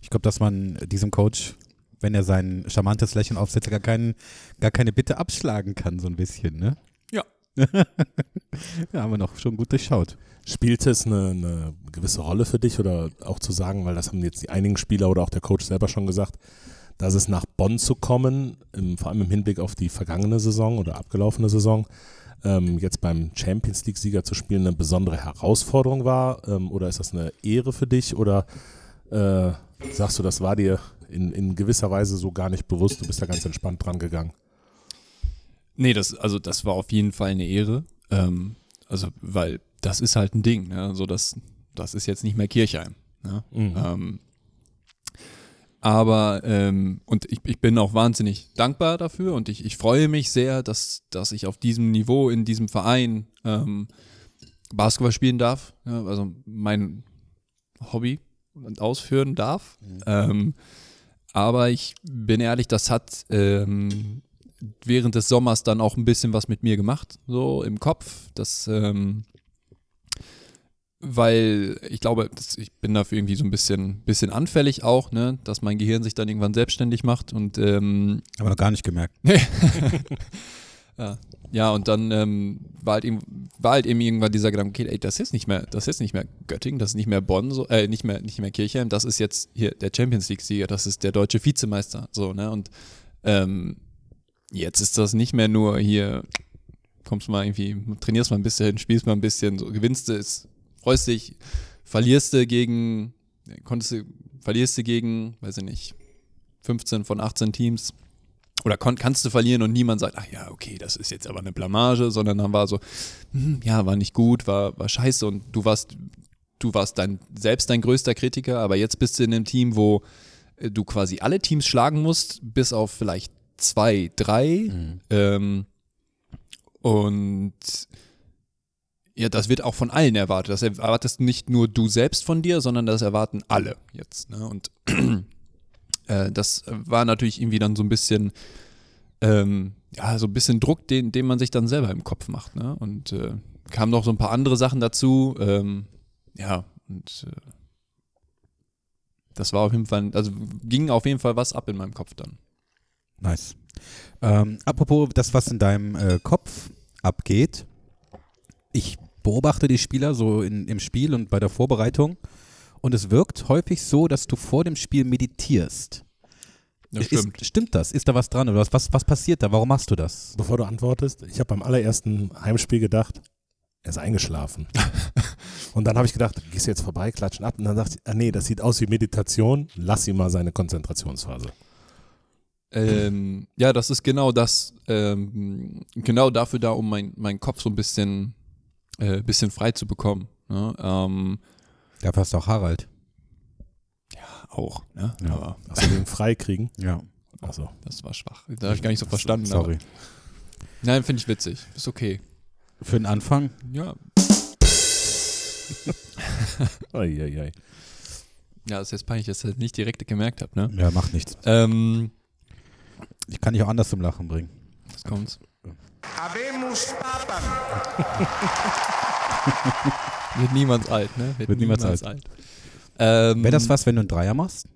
B: ich glaube, dass man diesem Coach, wenn er sein charmantes Lächeln aufsetzt, gar, keinen, gar keine Bitte abschlagen kann, so ein bisschen, ne?
D: Ja.
B: ja, haben wir noch schon gut durchschaut.
A: Spielte es eine, eine gewisse Rolle für dich oder auch zu sagen, weil das haben jetzt die einigen Spieler oder auch der Coach selber schon gesagt, dass es nach Bonn zu kommen, im, vor allem im Hinblick auf die vergangene Saison oder abgelaufene Saison, ähm, jetzt beim Champions League-Sieger zu spielen, eine besondere Herausforderung war? Ähm, oder ist das eine Ehre für dich? Oder äh, sagst du, das war dir in, in gewisser Weise so gar nicht bewusst, du bist da ganz entspannt dran gegangen?
D: Nee, das, also das war auf jeden Fall eine Ehre. Ähm, also, weil das ist halt ein Ding, ne? Also das, das ist jetzt nicht mehr Kirchheim. Ne? Ähm, aber, ähm, und ich, ich bin auch wahnsinnig dankbar dafür und ich, ich freue mich sehr, dass, dass ich auf diesem Niveau, in diesem Verein ähm, Basketball spielen darf. Ja? Also mein Hobby ausführen darf. Ähm, aber ich bin ehrlich, das hat ähm, während des Sommers dann auch ein bisschen was mit mir gemacht, so im Kopf. Das, ähm, weil ich glaube, das, ich bin dafür irgendwie so ein bisschen, bisschen anfällig auch, ne, dass mein Gehirn sich dann irgendwann selbstständig macht und ähm,
B: Haben wir noch gar nicht gemerkt.
D: ja, und dann ähm, war, halt eben, war halt eben irgendwann dieser Gedanke, okay, ey, das ist nicht mehr, das ist nicht mehr Göttingen, das ist nicht mehr Bonn, so, äh, nicht mehr, nicht mehr Kirchheim, das ist jetzt hier der Champions League-Sieger, das ist der deutsche Vizemeister, so, ne? Und ähm, jetzt ist das nicht mehr nur hier, kommst mal irgendwie, trainierst mal ein bisschen, spielst mal ein bisschen, so, gewinnst du es, freust dich, verlierst du gegen, konntest du, verlierst du gegen, weiß ich nicht, 15 von 18 Teams, oder kon kannst du verlieren und niemand sagt, ach ja, okay, das ist jetzt aber eine Blamage, sondern dann war so, hm, ja, war nicht gut, war, war scheiße und du warst, du warst dein, selbst dein größter Kritiker, aber jetzt bist du in einem Team, wo äh, du quasi alle Teams schlagen musst, bis auf vielleicht zwei, drei. Ähm, und ja, das wird auch von allen erwartet. Das erwartest nicht nur du selbst von dir, sondern das erwarten alle jetzt. Ne? Und äh, das war natürlich irgendwie dann so ein bisschen, ähm, ja, so ein bisschen Druck, den, den man sich dann selber im Kopf macht. Ne? Und äh, kamen noch so ein paar andere Sachen dazu. Ähm, ja, und äh, das war auf jeden Fall, also ging auf jeden Fall was ab in meinem Kopf dann.
B: Nice. Ähm, apropos das, was in deinem äh, Kopf abgeht. Ich beobachte die Spieler so in, im Spiel und bei der Vorbereitung. Und es wirkt häufig so, dass du vor dem Spiel meditierst. Ist, stimmt das? Ist da was dran? Oder was, was, was passiert da? Warum machst du das?
A: Bevor du antwortest, ich habe beim allerersten Heimspiel gedacht, er ist eingeschlafen. und dann habe ich gedacht, gehst du jetzt vorbei, klatschen ab. Und dann dachte ich, ah, nee, das sieht aus wie Meditation, lass ihm mal seine Konzentrationsphase.
D: Ähm, ja, das ist genau das, ähm, genau dafür da, um mein- meinen Kopf so ein bisschen, äh, bisschen frei zu bekommen. Ne? Ähm,
B: Da passt auch Harald.
D: auch, ne?
B: Ja.
D: aber
A: Achso, den freikriegen.
B: Ja.
A: Also,
D: das war schwach. Da habe ich gar nicht so verstanden.
B: Sorry.
D: Aber, nein, finde ich witzig. Ist okay.
B: Für den Anfang.
D: Ja.
A: ei.
D: Ja, ist jetzt peinlich, dass ich das nicht direkt gemerkt habe, ne?
B: Ja, macht nichts.
D: Ähm,
B: Ich kann dich auch anders zum Lachen bringen.
D: jetzt kommt's.
E: Habemus Papam.
D: Wird niemals alt, ne?
B: Wird niemals
D: alt. Ähm,
B: Wäre das was, wenn du einen Dreier machst?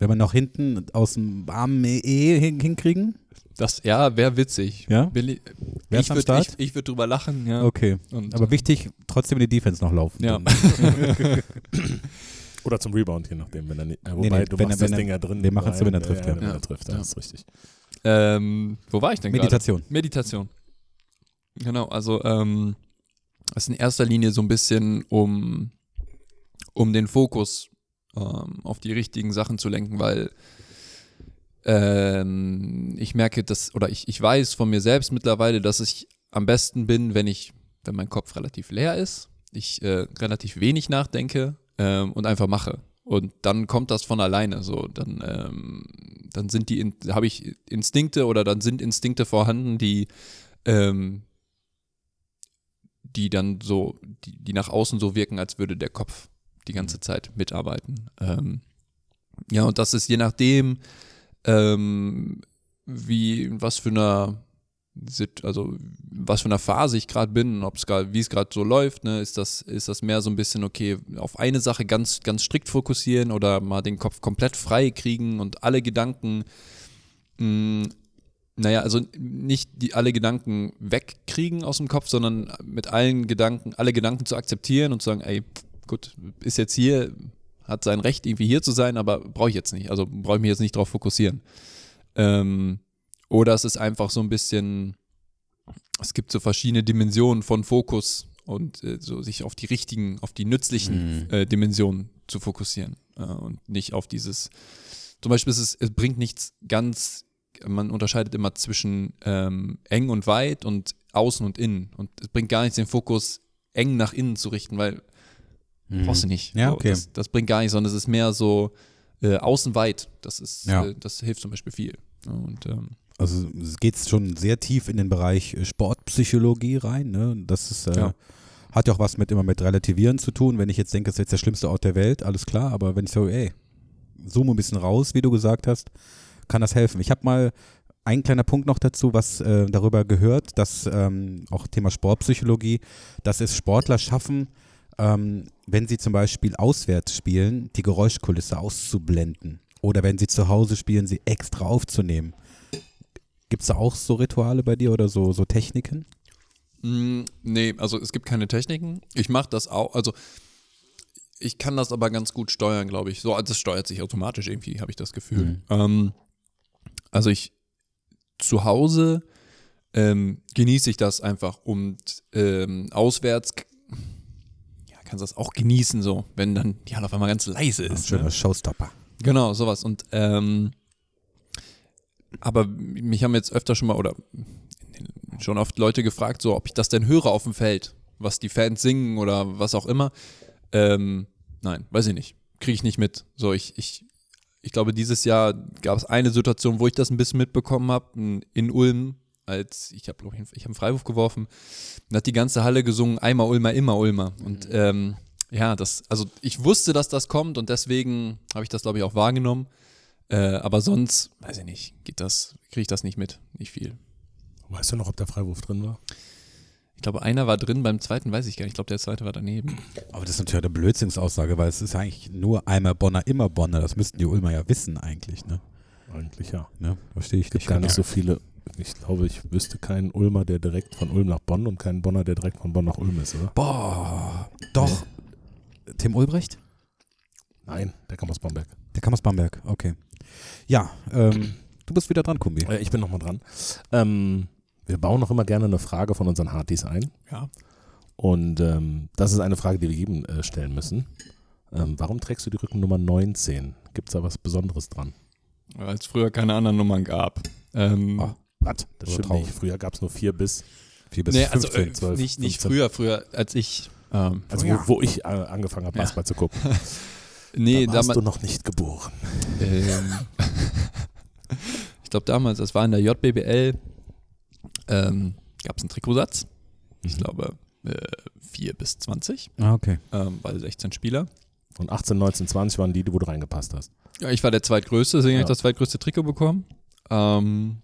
B: Wenn wir noch hinten aus dem warmen E hin- hinkriegen?
D: das? Ja, wäre witzig.
B: Ja?
D: Billy,
B: Wer
D: ich
B: ist am
D: würde ich,
B: Start?
D: ich würd drüber lachen, ja.
B: Okay.
D: Und,
B: Aber wichtig, trotzdem in die Defense noch laufen.
D: ja.
A: Oder zum Rebound, je nachdem, wenn er nicht. äh, Wobei,
B: Nee, nee,
A: du
B: wenn
A: machst das
B: er- wenn er-
A: Ding ja drin. äh,
B: wir machen's so, wenn er trifft,
A: Ja,
B: ja.
A: ja, wenn
D: Ja.
A: er trifft, das
D: Ja.
A: ist richtig.
D: ähm, wo war ich denn gerade?
B: Meditation.
D: Meditation. Genau, also ähm, es in erster Linie so ein bisschen um, um den Fokus ähm, auf die richtigen Sachen zu lenken, weil ähm, ich merke, dass, oder ich, ich weiß von mir selbst mittlerweile, dass ich am besten bin, wenn ich, wenn mein Kopf relativ leer ist, ich äh, relativ wenig nachdenke ähm, und einfach mache. Und dann kommt das von alleine. So, dann, ähm, dann sind die, in- habe ich Instinkte oder dann sind Instinkte vorhanden, die, ähm, die dann so, die, die nach außen so wirken, als würde der Kopf die ganze Zeit mitarbeiten. Ähm, ja, und das ist je nachdem, ähm, wie, in was für einer, Sit- also in was für einer Phase ich gerade bin, ob es gerade, wie es gerade so läuft, ne, ist das, ist das mehr so ein bisschen, okay, auf eine Sache ganz, ganz strikt fokussieren oder mal den Kopf komplett frei kriegen und alle Gedanken, mh, naja, also nicht die alle Gedanken wegkriegen aus dem Kopf, sondern mit allen Gedanken, alle Gedanken zu akzeptieren und zu sagen, ey, gut, ist jetzt hier, hat sein Recht, irgendwie hier zu sein, aber brauche ich jetzt nicht. Also brauche ich mich jetzt nicht drauf fokussieren. Ähm, oder es ist einfach so ein bisschen, es gibt so verschiedene Dimensionen von Fokus und äh, so sich auf die richtigen, auf die nützlichen äh, Dimensionen zu fokussieren äh, und nicht auf dieses, zum Beispiel ist es, es bringt nichts ganz man unterscheidet immer zwischen ähm, eng und weit und außen und innen. Und es bringt gar nichts, den Fokus eng nach innen zu richten, weil brauchst du nicht.
B: Ja,
D: So,
B: okay.
D: das, das bringt gar nichts, sondern es ist mehr so äh, außen weit. Das ist,
B: Ja.
D: äh, das hilft zum Beispiel viel. Ja, Und ähm,
B: Also es geht schon sehr tief in den Bereich äh, Sportpsychologie rein. Ne? Das ist, äh,
D: Ja.
B: hat ja auch was mit immer mit Relativieren zu tun. Wenn ich jetzt denke, es ist jetzt der schlimmste Ort der Welt, alles klar, aber wenn ich so, ey, zoome ein bisschen raus, wie du gesagt hast, kann das helfen. Ich habe mal ein kleiner Punkt noch dazu, was äh, darüber gehört, dass ähm, auch Thema Sportpsychologie, dass es Sportler schaffen, ähm, wenn sie zum Beispiel auswärts spielen, die Geräuschkulisse auszublenden. Oder wenn sie zu Hause spielen, sie extra aufzunehmen. Gibt es da auch so Rituale bei dir oder so, so Techniken?
D: Mm, Nee, also es gibt keine Techniken. Ich mache das auch, also ich kann das aber ganz gut steuern, glaube ich. So, also das steuert sich automatisch irgendwie, habe ich das Gefühl.
B: Mhm.
D: Ähm, also ich zu Hause ähm, genieße ich das einfach und ähm, auswärts k- ja, kannst das auch genießen, so, wenn dann die Halle auf einmal ganz leise
B: Ein
D: ist.
B: Ah, schöner Showstopper.
D: Genau, sowas. Und ähm, aber mich haben jetzt öfter schon mal oder schon oft Leute gefragt, so ob ich das denn höre auf dem Feld, was die Fans singen oder was auch immer. Ähm, nein, weiß ich nicht. Kriege ich nicht mit. So, ich, ich, ich glaube, dieses Jahr gab es eine Situation, wo ich das ein bisschen mitbekommen habe, in Ulm, als ich habe, glaube ich, ich habe einen Freiwurf geworfen, und hat die ganze Halle gesungen, einmal Ulmer, immer Ulmer. Und ähm, ja, das, also ich wusste, dass das kommt und deswegen habe ich das, glaube ich, auch wahrgenommen. Äh, aber sonst, weiß ich nicht, geht das, kriege ich das nicht mit. Nicht viel.
A: Weißt du noch, ob der Freiwurf drin war?
D: Ich glaube, einer war drin, beim zweiten weiß ich gar nicht. Ich glaube, der zweite war daneben.
B: Aber das ist natürlich eine Blödsinnsaussage, weil es ist eigentlich nur einmal Bonner, immer Bonner. Das müssten die Ulmer ja wissen eigentlich, ne?
A: Eigentlich ja.
B: ne? Verstehe ich nicht.
A: Gar nicht so viele. Ich glaube, ich wüsste keinen Ulmer, der direkt von Ulm nach Bonn und keinen Bonner, der direkt von Bonn nach Ulm ist, oder?
B: Boah, doch. Tim Ulbricht?
A: Nein, der kam aus Bamberg.
B: Der kam aus Bamberg, okay. Ja, ähm, du bist wieder dran, Kumbi.
A: Äh, ich bin nochmal dran. Ähm, wir bauen noch immer gerne eine Frage von unseren Hartis ein.
D: Ja.
A: Und ähm, das ist eine Frage, die wir jedem äh, stellen müssen. Ähm, warum trägst du die Rückennummer 19? Gibt es da was Besonderes dran?
D: Weil es früher keine anderen Nummern gab. Ähm,
B: Ah,
A: Was? Das
B: Oder
A: stimmt
B: drauf.
A: nicht. Früher gab es nur 4 bis.
B: Vier bis
D: nee, also
B: 15.
D: äh,
A: 12,
D: nicht, nicht
A: 15.
D: früher, früher, als ich. Ähm,
A: Also
B: Ja.
A: wo, wo ich äh, angefangen habe,
D: Ja.
A: Basketball zu gucken.
D: nee,
A: da warst
D: damals.
A: du noch nicht geboren.
D: Ähm, ich glaube damals, das war in der JBBL, ähm, gab es einen Trikotsatz. Ich glaube äh, 4 bis 20,
B: ah, okay.
D: ähm, weil 16 Spieler.
A: Und 18, 19, 20 waren die, die- wo du reingepasst hast.
D: Ja, ich war der zweitgrößte, deswegen
A: Ja.
D: habe ich das zweitgrößte Trikot bekommen. Ähm,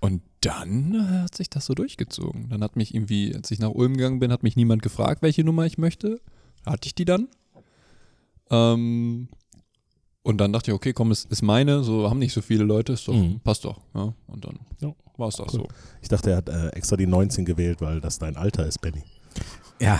D: und dann äh, hat sich das so durchgezogen. Dann hat mich irgendwie, als ich nach Ulm gegangen bin, hat mich niemand gefragt, welche Nummer ich möchte. Hatte ich die dann. Ähm, und dann dachte ich, okay, komm, es ist meine, so haben nicht so viele Leute, ist doch,
A: Mhm.
D: passt doch. Ja, und dann
A: Ja.
D: war es doch
A: Cool. Ich dachte, er hat äh, extra die 19 gewählt, weil das dein Alter ist, Benny.
B: Ja.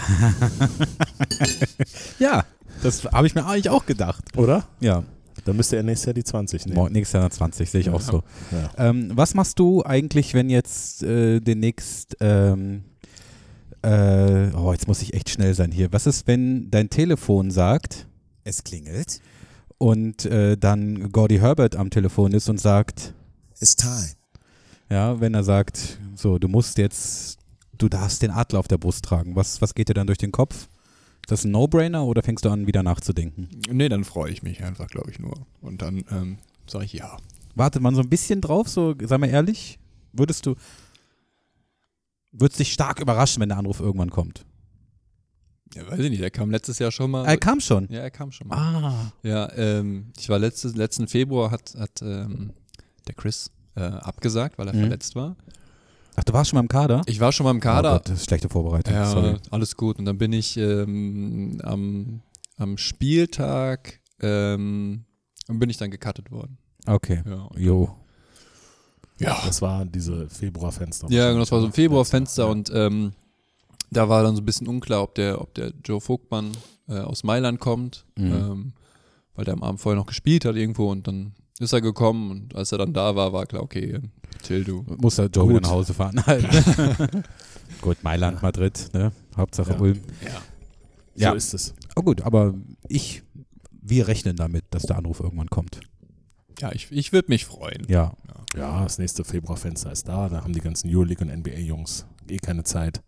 B: ja, das habe ich mir eigentlich auch gedacht.
A: Oder?
B: Ja,
A: Dann müsste er nächstes Jahr die 20 nehmen.
B: Morgen, nächstes Jahr 20, sehe ich auch so.
A: Ja.
B: Ähm, was machst du eigentlich, wenn jetzt äh, demnächst ähm, Äh, oh, jetzt muss ich echt schnell sein hier. Was ist, wenn dein Telefon sagt
F: Es klingelt.
B: und äh, dann Gordy Herbert am Telefon ist und sagt,
F: It's time.
B: ja, wenn er sagt, so, du musst jetzt, du darfst den Adler auf der Brust tragen. Was, was geht dir dann durch den Kopf? Ist das ein No-Brainer oder fängst du an, wieder nachzudenken?
D: Nee, dann freue ich mich einfach, glaube ich, nur. Und dann ähm, sage ich ja.
B: Wartet man so ein bisschen drauf, so, sei mal ehrlich, würdest du, würdest dich stark überraschen, wenn der Anruf irgendwann kommt?
D: Ja, weiß ich nicht, der kam letztes Jahr schon mal.
B: Er kam schon.
D: Also ja, er kam schon mal.
B: Ah.
D: Ja, ähm, ich war letztes, letzten Februar hat, hat ähm, der Chris äh, abgesagt, weil er
B: Mhm.
D: verletzt war.
B: Ach, du warst schon mal im Kader?
D: Ich war schon mal im
B: Oh
D: Kader.
B: Gott, das ist schlechte Vorbereitung.
D: ja,
B: Sorry.
D: alles gut. Und dann bin ich ähm, am, am Spieltag ähm, bin ich dann gecuttet worden.
B: Okay.
D: Ja, und-
B: Jo.
D: ja.
A: Das war diese Februarfenster.
D: Ja, genau, das war so ein
A: wahrscheinlich, oder?
D: Februarfenster und ähm, da war dann so ein bisschen unklar, ob der, ob der Joe Vogtmann äh, aus Mailand kommt,
B: Mhm.
D: ähm, weil der am Abend vorher noch gespielt hat irgendwo und dann ist er gekommen und als er dann da war, war klar, okay, ähm, chill du.
B: Muss der Joe
D: Gut.
B: wieder nach Hause fahren. halt. Gut, Mailand, Madrid, ne? Hauptsache
A: Ja.
B: Ulm.
A: Ja.
B: Ja.
A: So ist es.
B: Oh gut, aber ich, wir rechnen damit, dass der Anruf irgendwann kommt.
D: Ja, ich, ich würde mich freuen.
B: Ja.
A: Ja, das nächste Februarfenster ist da. Da haben die ganzen Euroleague und NBA-Jungs eh keine Zeit.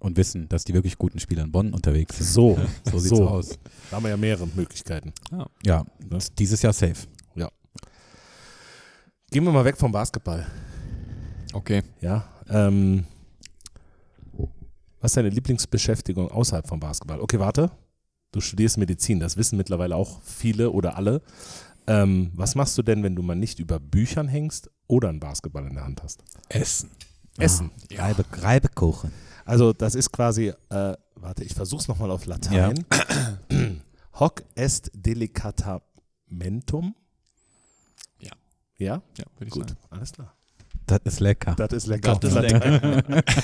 B: Und wissen, dass die wirklich guten Spieler in Bonn unterwegs sind.
A: So, so
B: So sieht's aus.
A: Da haben wir ja mehrere Möglichkeiten.
B: Ja,
A: Ne?
B: dieses Jahr safe.
A: Gehen wir mal weg vom Basketball.
D: Okay.
A: Ja. Ähm, was ist deine Lieblingsbeschäftigung außerhalb vom Basketball? Okay, warte. Du studierst Medizin, das wissen mittlerweile auch viele oder alle. Ähm, was machst du denn, wenn du mal nicht über Büchern hängst oder einen Basketball in der Hand hast?
D: Essen.
A: Essen.
D: Ja.
B: Reibe, Reibekuchen.
A: Also das ist quasi, äh, warte, ich versuch's nochmal auf Latein. Hoc est delicatamentum.
D: Ja.
A: Ja,
D: Ja, würde ich
A: gut,
D: sagen.
A: alles klar.
B: Das ist lecker.
A: Das ist lecker.
D: Das ist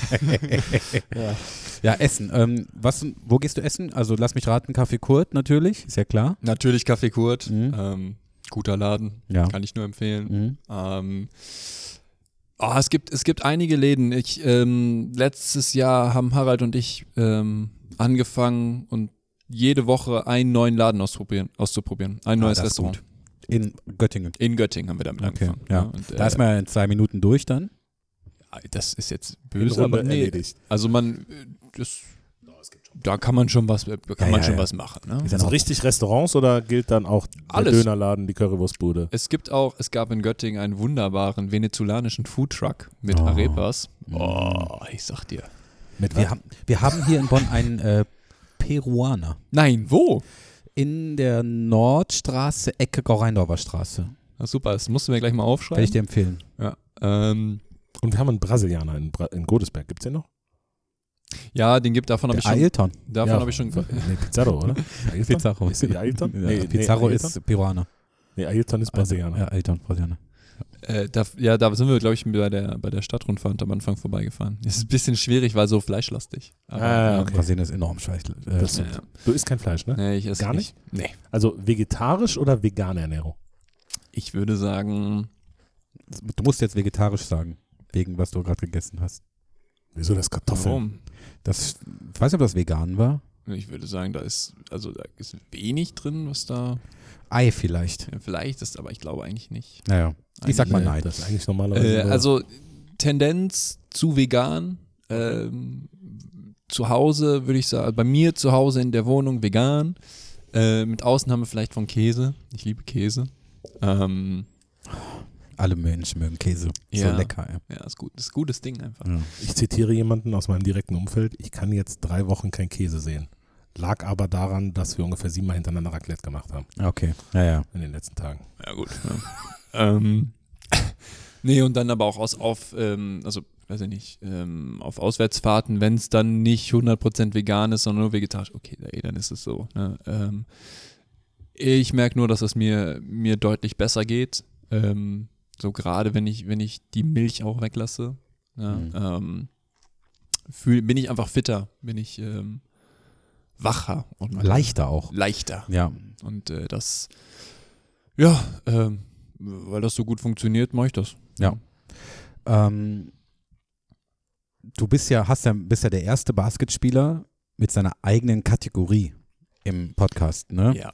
A: ja.
B: Ja, Essen. Ähm, was, wo gehst du essen? Also lass mich raten, Kaffee Kurt natürlich, ist ja klar.
D: Natürlich Kaffee Kurt,
B: Mhm.
D: ähm, guter Laden,
B: Ja.
D: kann ich nur empfehlen.
B: Mhm.
D: Ähm, ah, es, gibt, es gibt einige Läden. Ich, ähm, letztes Jahr haben Harald und ich ähm, angefangen und jede Woche einen neuen Laden ausprobieren, auszuprobieren. Ein
B: Ah,
D: neues
B: das ist
D: Restaurant.
B: In Göttingen.
D: In Göttingen haben wir damit
B: Okay,
D: angefangen.
B: ja.
D: Und,
B: Da ist
D: äh, ah,
B: man ja in zwei Minuten durch dann.
D: das ist jetzt
A: In
D: böse,
A: Runde
D: aber nee.
A: erledigt.
D: Also man, äh, das, da kann man schon was, kann
B: Ja,
D: man
B: ja,
D: schon
B: ja.
D: was machen. Ne?
B: Ist ja
A: Also
B: noch-
A: richtig Restaurants oder gilt dann auch
D: Alles.
A: der Dönerladen, die Currywurstbude?
D: Es gibt auch, es gab in Göttingen einen wunderbaren venezolanischen Foodtruck mit
B: Oh.
D: Arepas. Oh, ich sag dir.
A: Mit
B: wir, haben, wir haben hier in Bonn einen äh, Peruaner.
D: Nein, wo?
B: In der Nordstraße, Ecke Gorreindorfer Straße.
D: Na super, das musst du mir gleich mal
B: Kann
D: aufschreiben.
B: ich dir empfehlen.
D: Ja, ähm,
A: Und wir haben einen Brasilianer in, Bra in Godesberg. Gibt's den noch?
D: ja, den gibt davon habe ich
B: Der
D: schon.
B: Ailton.
D: Davon
A: Ja.
D: habe ich schon.
A: Nee, Pizarro, oder? Ailton?
B: Pizarro.
A: Ist die Ailton?
B: Ja,
A: Nee, nee,
B: Pizarro
A: Ailton?
B: ist Peruaner.
A: Nee, Ailton
D: Ah,
A: ist Brasilianer.
B: Ja, Ailton, Brasilianer.
D: Äh, da, ja, da sind wir, glaube ich, bei der, bei der Stadtrundfahrt am Anfang vorbeigefahren. Es ist ein bisschen schwierig, weil so fleischlastig. Aber,
A: Ah,
D: ja.
A: okay.
B: Brasilien ist enorm scheiße. Äh,
A: Das-
D: Ja, ja.
A: Du isst kein Fleisch, ne?
D: Nee, ich esse
A: Gar nicht?
D: Nee.
A: Also vegetarisch oder vegane Ernährung?
D: Ich würde sagen,
B: du musst jetzt vegetarisch sagen, wegen was du gerade gegessen hast.
A: Wieso das Kartoffeln?
D: warum?
B: Das, ich weiß nicht, ob das vegan war.
D: Ich würde sagen, da ist, also da ist wenig drin, was da
B: Ei vielleicht.
D: ja, vielleicht ist, aber ich glaube eigentlich nicht.
B: Naja, ich sag mal
A: Nee,
B: nein.
A: Das ist eigentlich normalerweise.
D: Äh,
A: nur-
D: also Tendenz zu vegan. Ähm, zu Hause würde ich sagen, bei mir zu Hause in der Wohnung vegan. Äh, mit Ausnahme vielleicht von Käse. Ich liebe Käse. Ähm,
B: Alle Menschen mögen Käse.
D: Ja.
B: So lecker, ey.
D: ja, ist gut. Ist gutes Ding einfach.
B: Ja.
A: ich zitiere jemanden aus meinem direkten Umfeld. Ich kann jetzt drei Wochen kein Käse sehen. Lag aber daran, dass wir ungefähr siebenmal hintereinander Raclette gemacht haben
B: Okay, naja.
A: in den letzten Tagen.
D: Ja, gut. Ja. ähm, nee, und dann aber auch aus, auf, ähm, also, weiß ich nicht, ähm, auf Auswärtsfahrten, wenn es dann nicht 100% vegan ist, sondern nur vegetarisch, okay, ey, dann ist es so. Ne? Ähm, ich merke nur, dass es mir, mir deutlich besser geht. Ähm, so gerade, wenn ich, wenn ich die Milch auch weglasse. Ja,
B: Mhm.
D: ähm, fühl, bin ich einfach fitter, bin ich ähm, wacher und
B: Leichter auch.
D: leichter.
B: Ja.
D: Und äh, das, ja, ähm, weil das so gut funktioniert, mache ich das.
B: Ähm, du bist ja, hast ja, bist ja der erste Basketspieler mit seiner eigenen Kategorie im Podcast, ne?
D: Ja.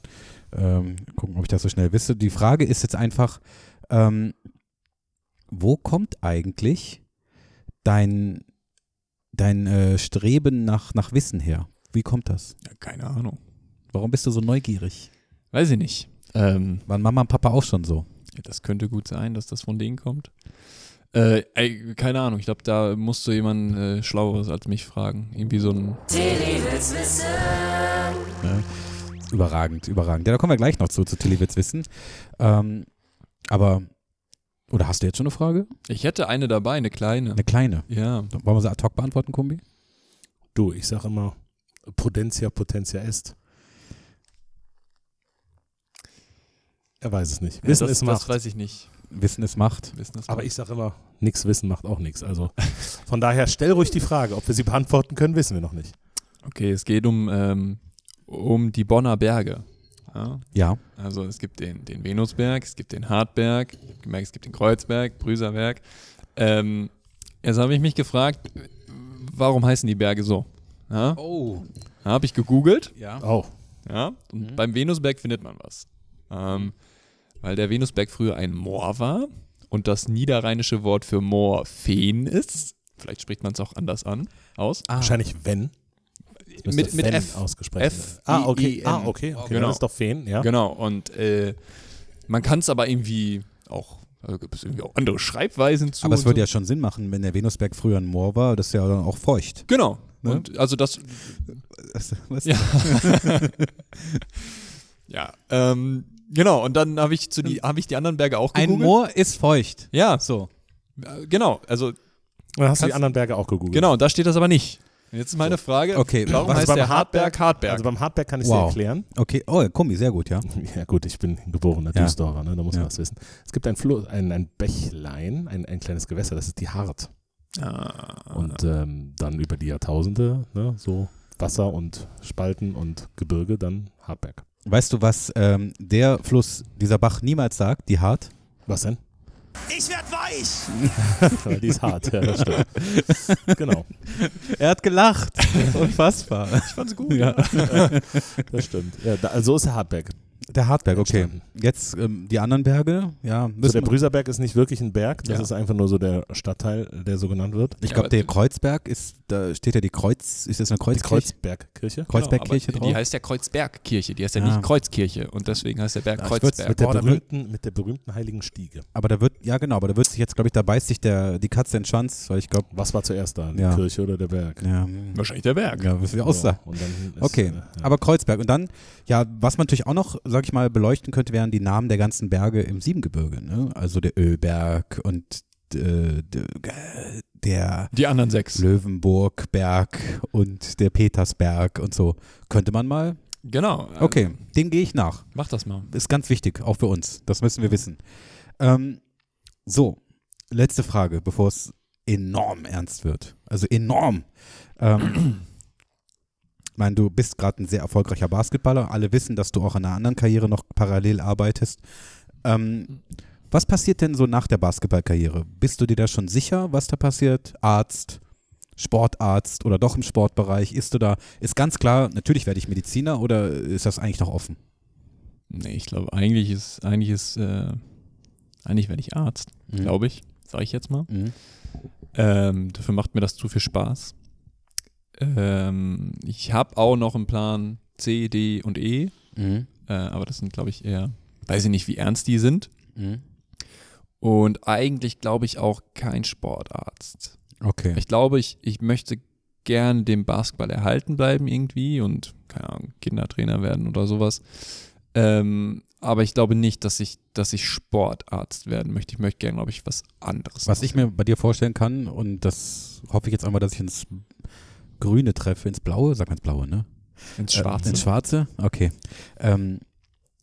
B: Ähm, gucken, ob ich das so schnell wisse. Die Frage ist jetzt einfach, ähm, wo kommt eigentlich dein, dein äh, Streben nach, nach Wissen her? Wie kommt das?
D: ja, keine Ahnung.
B: Warum bist du so neugierig?
D: Weiß ich nicht. Ähm,
B: Waren Mama und Papa auch schon so?
D: Ja, Das könnte gut sein, dass das von denen kommt. Äh, ey, keine Ahnung, ich glaube, da musst du jemanden äh, Schlaueres als mich fragen. Irgendwie so ein.
G: Tilly will's wissen.
B: Überragend, überragend. Ja, da kommen wir gleich noch zu, zu Tillywitz Wissen. Ähm, aber, oder hast du jetzt schon eine Frage?
D: Ich hätte eine dabei, eine kleine.
B: Eine kleine.
D: Ja.
B: Wollen wir sie ad hoc beantworten, Kumbi?
A: Du, ich sag immer, Potentia Potentia est. Er weiß es nicht. Wissen
D: das,
A: ist
D: das
A: Macht.
D: weiß ich nicht.
B: Wissen ist Macht.
D: Wissen ist
A: Aber
D: Macht.
A: ich sag immer, nichts wissen macht auch nichts. Also von daher stell ruhig die Frage. Ob wir sie beantworten können, wissen wir noch nicht.
D: Okay, es geht um, ähm, um die Bonner Berge. Ja?
B: Ja.
D: Also es gibt den, den Venusberg, es gibt den Hartberg, ich hab gemerkt, es gibt den Kreuzberg, Brüserberg. Ähm, jetzt habe ich mich gefragt, warum heißen die Berge so? Ja?
B: Oh. Mhm.
D: Habe ich gegoogelt.
B: Ja.
A: Oh,
D: Ja, und beim Venusberg findet man was. Ähm, weil der Venusberg früher ein Moor war und das niederrheinische Wort für Moor Feen ist. Vielleicht spricht man es auch anders an, aus.
B: Ah.
A: wahrscheinlich wenn. Müsste
D: mit mit
A: wenn
D: F.
A: ausgesprochen.
D: F
A: werden. Ah, okay.
D: I-E-N.
A: Ah, okay. okay.
D: Genau.
A: Das ist doch Feen, ja.
D: Genau, und äh, man kann es aber irgendwie auch, also gibt es irgendwie auch andere Schreibweisen zu.
B: Aber es
D: und
B: würde
D: so.
B: ja schon Sinn machen, wenn der Venusberg früher ein Moor war, das ist ja dann auch feucht.
D: Genau.
B: Ne?
D: Und also das,
B: Was?
D: Ja. ja, ähm, genau. Und dann habe ich zu die, habe ich die anderen Berge auch
B: Ein
D: gegoogelt.
B: Moor ist feucht.
D: Ja,
B: So.
D: äh, genau. Also
A: Dann hast du die
D: Kannst-
A: anderen Berge auch gegoogelt.
D: Genau, da steht das aber nicht. Und jetzt ist meine Frage,
B: Okay,
D: warum
B: was
D: heißt
A: beim
D: der Hartberg Hartberg?
A: Also beim Hartberg kann ich dir
B: Wow.
A: erklären.
B: Okay. Oh, Kumbi, sehr gut, ja.
A: Ja gut, ich bin geborener
B: Ja.
A: Duisdorfer, ne? da muss man
B: Ja.
A: was wissen. Es gibt ein, Flo ein, ein Bächlein, ein, ein kleines Gewässer, das ist die Hart. Und ähm, dann über die Jahrtausende, ne? so Wasser und Spalten und Gebirge, dann Hartberg.
B: Weißt du, was ähm, der Fluss, dieser Bach niemals sagt, die Hart?
A: Was denn?
F: Ich werd weich!
A: Aber die ist hart, ja, das stimmt. Genau,
B: Er hat gelacht. Unfassbar.
D: ich fand's gut. Ja.
A: das stimmt. Ja, da, also so ist der Hartberg.
B: Der Hartberg, okay.
A: Entstanden.
B: Jetzt ähm, die anderen Berge, ja.
A: So
B: Müssen
A: der
B: wir-
A: Brüserberg ist nicht wirklich ein Berg, das
D: Ja.
A: ist einfach nur so der Stadtteil, der so genannt wird.
B: ich
D: Ja,
B: glaube,
D: aber-
B: der Kreuzberg ist, da steht ja die Kreuz, ist das
A: Die
B: eine
A: genau,
B: Kreuzkreuz?
A: Kreuzbergkirche.
B: Kreuzbergkirche
D: Genau, die
B: drauf?
D: heißt ja Kreuzbergkirche, die heißt ja
B: Ah.
D: nicht Kreuzkirche und deswegen heißt der Berg
B: Ach, ich würd's
D: Kreuzberg.
A: Mit der,
B: Boah, da
A: berühmten, mit der berühmten heiligen Stiege.
B: aber da wird, ja genau, aber da wird sich jetzt, glaube ich, da beißt sich der, die Katze in den Schwanz, weil ich glaube,
A: Was war zuerst da, die
B: Ja.
A: Kirche oder der Berg?
B: ja,
D: Wahrscheinlich der Berg.
B: ja, was wir auch
A: So,
B: sagen.
A: und dann ist,
B: Okay,
A: äh, ja.
B: aber Kreuzberg. Und dann, ja, was man natürlich auch noch, sag ich mal, beleuchten könnte, wären die Namen der ganzen Berge im Siebengebirge. Ne? Also der Ölberg und äh, der- der
D: Die anderen sechs.
B: Löwenburgberg und der Petersberg und so. Könnte man mal?
D: Genau. äh,
B: Okay, dem gehe ich nach.
D: Mach das mal.
B: Ist ganz wichtig, auch für uns. Das müssen wir wissen. Ähm, so, letzte Frage, bevor es enorm ernst wird. Also enorm. Ähm, ich meine, du bist gerade ein sehr erfolgreicher Basketballer. Alle wissen, dass du auch an einer anderen Karriere noch parallel arbeitest. Ähm, was passiert denn so nach der Basketballkarriere? Bist du dir da schon sicher, was da passiert? Arzt, Sportarzt oder doch im Sportbereich? Ist du da, ist ganz klar, natürlich werde ich Mediziner oder ist das eigentlich noch offen?
D: Nee, ich glaube, eigentlich ist, eigentlich ist, äh, eigentlich werde ich Arzt,
B: Mhm.
D: glaube ich, sage ich jetzt mal. Ähm, dafür macht mir das zu viel Spaß. Ähm, ich habe auch noch einen Plan C, D und E,
B: Mhm.
D: äh, aber das sind, glaube ich, eher, weiß ich nicht, wie ernst die sind. Mhm. Und eigentlich glaube ich auch kein Sportarzt.
B: Okay.
D: Ich glaube, ich, ich möchte gern dem Basketball erhalten bleiben irgendwie und, keine Ahnung, Kindertrainer werden oder sowas. Ähm, aber ich glaube nicht, dass ich, dass ich Sportarzt werden möchte. Ich möchte gern, glaube ich, was anderes.
B: Was ich mir bei dir vorstellen kann, und das hoffe ich jetzt einmal, dass ich ins Grüne treffe, ins Blaue, sag mal ins Blaue, ne?
D: ins
B: Äh,
D: Schwarze.
B: ins Schwarze, okay. Ähm,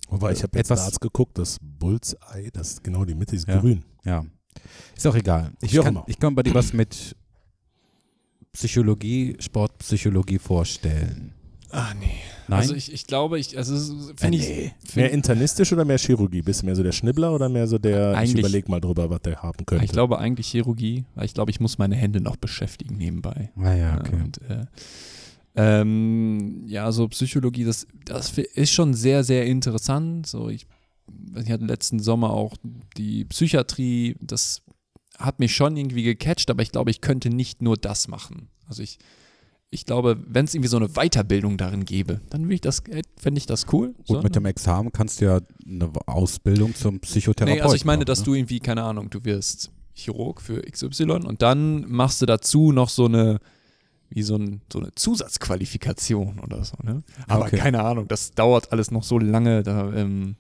A: Wobei, ich habe jetzt
B: Etwas-
A: etwas Arzt geguckt, das Bullseye, das ist genau die Mitte, ist
B: Ja.
A: grün.
B: ja. Ist auch egal. Ich
A: Wie auch
B: kann,
A: immer.
B: ich kann bei dir was mit Psychologie, Sportpsychologie vorstellen.
D: Ach nee.
B: Nein? Äh,
D: Also ich, ich glaube, ich, also es ist-
B: nee.
D: finde ich,
A: Mehr
D: find,
A: internistisch oder mehr Chirurgie? Bist du mehr so der Schnibbler oder mehr so der, ich
D: Eigentlich-
A: überleg mal drüber, was der haben könnte?
D: ich glaube eigentlich Chirurgie, weil ich glaube, ich muss meine Hände noch beschäftigen nebenbei.
B: Naja, Ah okay.
D: Und, äh, ähm, ja, so Psychologie, das, das ist schon sehr, sehr interessant. So, ich, ich hatte letzten Sommer auch die Psychiatrie, das hat mich schon irgendwie gecatcht, aber ich glaube, ich könnte nicht nur das machen. Also ich, ich glaube, wenn es irgendwie so eine Weiterbildung darin gäbe, dann würde ich das, fände ich das cool.
B: Gut,
D: So, ne?
B: mit dem Examen kannst du ja eine Ausbildung zum Psychotherapeuten.
D: Nee, also ich meine,
B: machen,
D: dass
B: ne?
D: du irgendwie, keine Ahnung, du wirst Chirurg für XY und dann machst du dazu noch so eine, wie so, ein, so eine Zusatzqualifikation oder so, ne? Aber
B: Okay.
D: keine Ahnung, das dauert alles noch so lange, da ähm,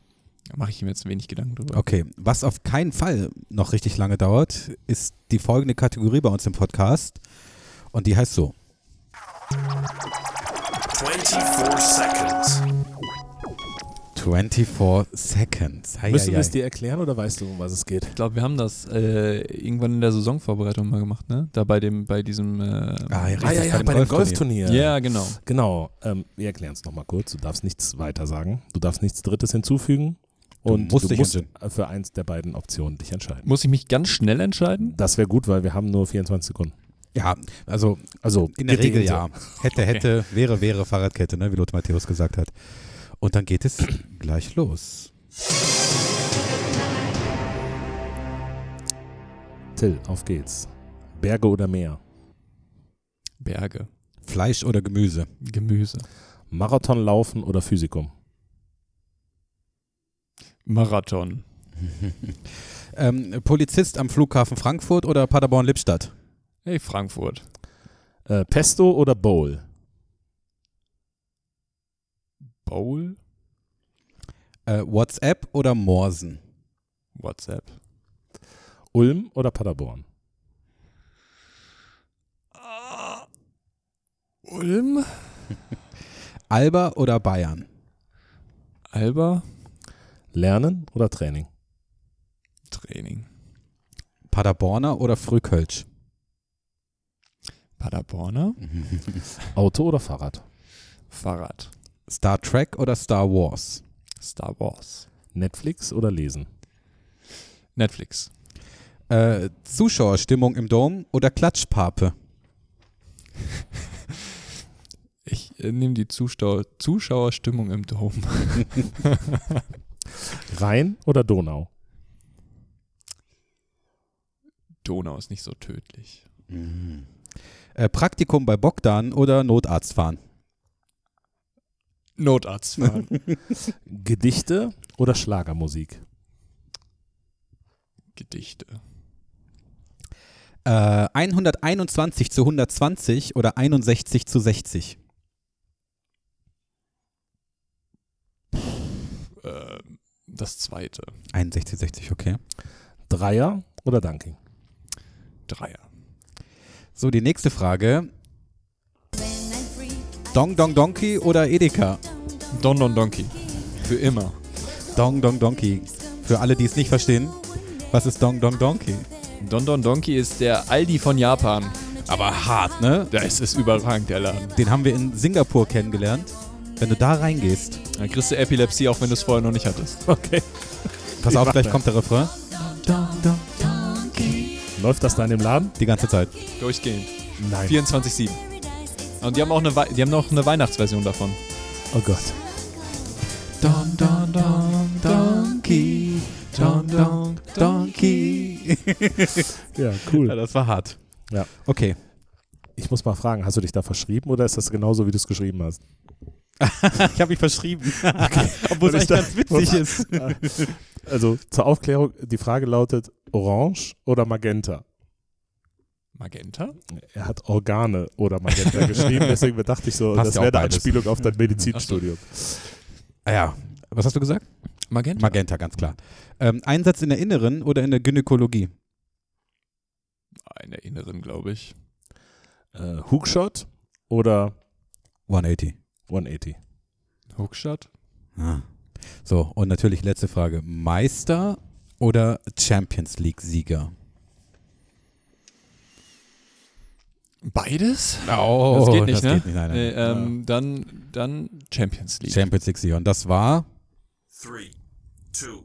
D: mache ich mir jetzt wenig Gedanken drüber.
B: Okay, was auf keinen Fall noch richtig lange dauert, ist die folgende Kategorie bei uns im Podcast. Und die heißt so.
C: 24 Seconds.
B: 24 Seconds. Hei,
A: Müssen
B: hei,
A: wir es
B: hei.
A: dir erklären oder weißt du, um was es geht?
D: Ich glaube, wir haben das äh, irgendwann in der Saisonvorbereitung mal gemacht, ne? Da bei dem, bei diesem äh,
B: Ah, ja,
A: Ah ja,
B: richtig,
A: ja, bei dem Golfturnier.
D: Ja, genau.
A: Genau, ähm, wir erklären es nochmal kurz. Du darfst nichts weiter sagen. Du darfst nichts Drittes hinzufügen.
B: Du
A: Und
B: musst
A: du
B: dich
A: musst
B: entscheiden.
A: für eins der beiden Optionen dich entscheiden.
D: Muss ich mich ganz schnell entscheiden?
A: Das wäre gut, weil wir haben nur 24 Sekunden.
B: Ja, also
A: Also
B: in der
A: geht die
B: Regel
A: Insel.
B: ja. Hätte, hätte, wäre, wäre Fahrradkette, ne? wie Lothar Matthäus gesagt hat. Und dann geht es gleich los.
A: Till, auf geht's. Berge oder Meer?
D: Berge,
B: Fleisch oder Gemüse?
D: Gemüse,
A: Marathon laufen oder Physikum?
D: Marathon,
B: ähm, Polizist am Flughafen Frankfurt oder Paderborn-Lippstadt?
D: hey, Frankfurt,
A: Äh, Pesto oder Bowl?
D: Bowl,
B: Äh, WhatsApp oder Morsen?
D: WhatsApp.
A: Ulm oder Paderborn?
D: Ah, Ulm?
B: Alba oder Bayern?
D: Alba?
A: Lernen oder Training?
D: Training.
B: Paderborner oder Frökölsch?
D: Paderborner?
A: Auto oder Fahrrad?
D: Fahrrad.
B: Star Trek oder Star Wars?
D: Star Wars.
A: Netflix oder Lesen?
D: Netflix.
B: Äh, Zuschauerstimmung im Dom oder Klatschpape?
D: Ich äh, nehme die Zuschauer Zuschauerstimmung im Dom.
A: Rhein oder Donau?
D: Donau ist nicht so tödlich.
B: Äh, Praktikum bei Bogdan oder Notarzt fahren?
D: Notarzt fahren.
A: Gedichte oder Schlagermusik?
D: Gedichte.
B: Äh, 121 zu 120 oder 61 zu 60?
D: Ähm, das zweite.
B: 61 zu 60, okay.
A: Dreier oder Dunking?
D: Dreier.
B: So, die nächste Frage. Dong Dong Donkey oder Edeka?
D: Don Don Donkey. Für immer.
B: Dong Dong Donkey. Für alle, die es nicht verstehen, was ist Dong Dong Donkey?
D: Don Don Donkey ist der Aldi von Japan.
B: Aber hart, ne?
D: Da ist es überragend, der Laden.
B: Den haben wir in Singapur kennengelernt. Wenn du da reingehst,
D: Dann kriegst du Epilepsie, auch wenn du es vorher noch nicht hattest.
A: Okay.
B: pass auf, gleich kommt der Refrain.
A: Läuft das da in dem Laden?
B: Die ganze Zeit.
D: Durchgehend.
A: Nein.
D: 24-7. Und die haben auch eine, Wei- die haben noch eine Weihnachtsversion davon.
A: Oh Gott.
D: Don, don, don, donkey. Don, don, donkey.
A: Ja, cool.
B: das war hart.
A: Ja.
B: Okay.
A: Ich muss mal fragen, hast du dich da verschrieben oder ist das genauso, wie du es geschrieben hast?
B: Ich habe mich verschrieben. Obwohl
A: es eigentlich ganz witzig
B: ist.
A: Also zur Aufklärung, die Frage lautet Orange oder Magenta?
D: Magenta?
A: Er hat Organe oder Magenta geschrieben, deswegen dachte ich so,
B: Passt
A: das
B: ja auch
A: wäre eine
B: beides.
A: Anspielung auf dein Medizinstudium.
B: Ah Ja. Was hast du gesagt?
D: Magenta?
B: Magenta, ganz klar. Ähm, Einsatz in der Inneren oder in der Gynäkologie?
D: In der Inneren, glaube ich.
A: Äh, Hookshot oder
B: 180.
A: 180?
D: Hookshot?
B: Ah. So, und natürlich letzte Frage. Meister oder Champions League-Sieger?
D: Beides?
B: Oh,
D: das geht nicht, ne?
B: Nein, nein.
D: Nee, ähm, dann, dann Champions League.
B: äh, Champions League Sion. Das war
C: Three, two,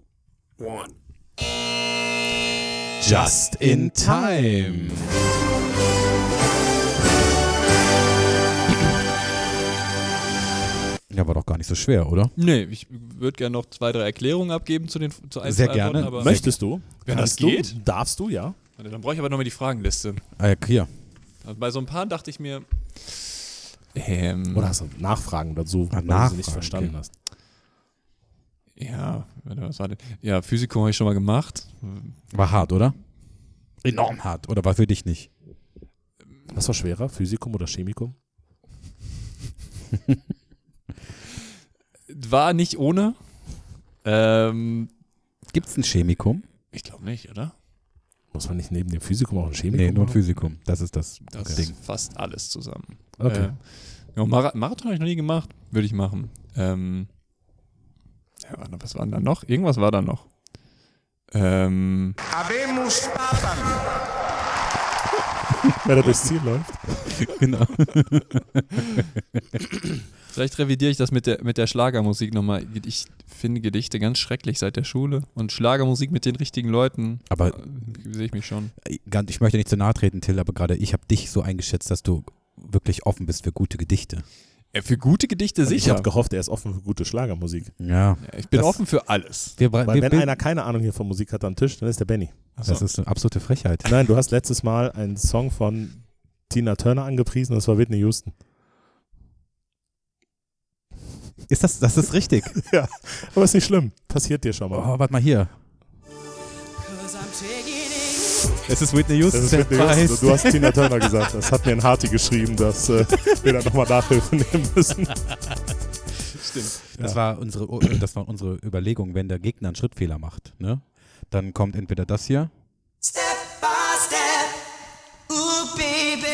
C: one.
A: Just in time.
B: ja war doch gar nicht so schwer, oder?
D: nee, ich würde gerne noch zwei, drei Erklärungen abgeben zu den zu ein,
B: Sehr
D: zwei
B: gerne.
D: Antworten, aber
A: Möchtest du?
D: Wenn das
A: Kannst du?
D: geht?
A: Darfst du, ja.
D: Warte, Dann brauche ich aber nochmal die Fragenliste.
B: Ah, ja, hier.
D: Also bei so ein paar dachte ich mir. Ähm,
A: Oder hast du Nachfragen dazu,
B: Mhm. Ah,
A: weil du sie
B: Nachfragen,
A: nicht verstanden
B: okay.
A: hast?
D: ja, warte, was war denn? Ja, Physikum habe ich schon mal gemacht.
B: War hart, oder? Enorm hart. Oder war für dich nicht?
A: Was war schwerer, Physikum oder Chemikum?
D: War nicht ohne. Ähm,
B: Gibt's ein Chemikum?
D: ich glaube nicht, oder?
A: Muss man nicht neben dem Physikum auch ein Chemikum
B: Nee, nur ein
A: machen?
B: Physikum. Das ist das,
D: Das
B: Ding.
D: ist fast alles zusammen.
A: Okay.
D: Äh, ja, Mara- Marathon habe ich noch nie gemacht. Würde ich machen. Ähm, ja, warte, was war denn da noch? Irgendwas war da noch. Ähm,
E: Habemus Papam.
A: Wenn er durchs Ziel läuft.
B: Genau.
D: vielleicht revidiere ich das mit der, mit der Schlagermusik nochmal. Ich finde Gedichte ganz schrecklich seit der Schule. Und Schlagermusik mit den richtigen Leuten
B: Aber
D: äh, sehe ich mich schon.
B: ganz- ich möchte nicht zu nahe treten, Till, aber gerade ich habe dich so eingeschätzt, dass du wirklich offen bist für gute Gedichte.
D: Ja, für gute Gedichte
A: Ich
D: sicher.
A: habe gehofft, er ist offen für gute Schlagermusik.
B: Ja.
D: Ja, ich bin
B: Das-
D: offen für alles.
B: Wir, bra-
A: Weil
B: wir
A: wenn
B: bilden-
A: einer keine Ahnung hier von Musik hat am Tisch, dann ist der Benny.
B: das ist eine absolute Frechheit.
A: Nein, du hast letztes Mal einen Song von Tina Turner angepriesen, das war Whitney Houston.
B: Ist das, das ist richtig.
A: Aber ist nicht schlimm, passiert dir schon mal.
B: Oh, warte mal hier. Es ist Whitney Houston.
A: Das ist
B: der
A: Whitney
B: weiß.
A: Houston. Du hast Tina Turner gesagt. Das hat mir ein Harti geschrieben, dass äh, wir da nochmal Nachhilfe nehmen müssen.
B: Das, war unsere, äh, das war unsere Überlegung, wenn der Gegner einen Schrittfehler macht, ne? Dann kommt entweder das hier,
F: Step by step. Ooh, baby.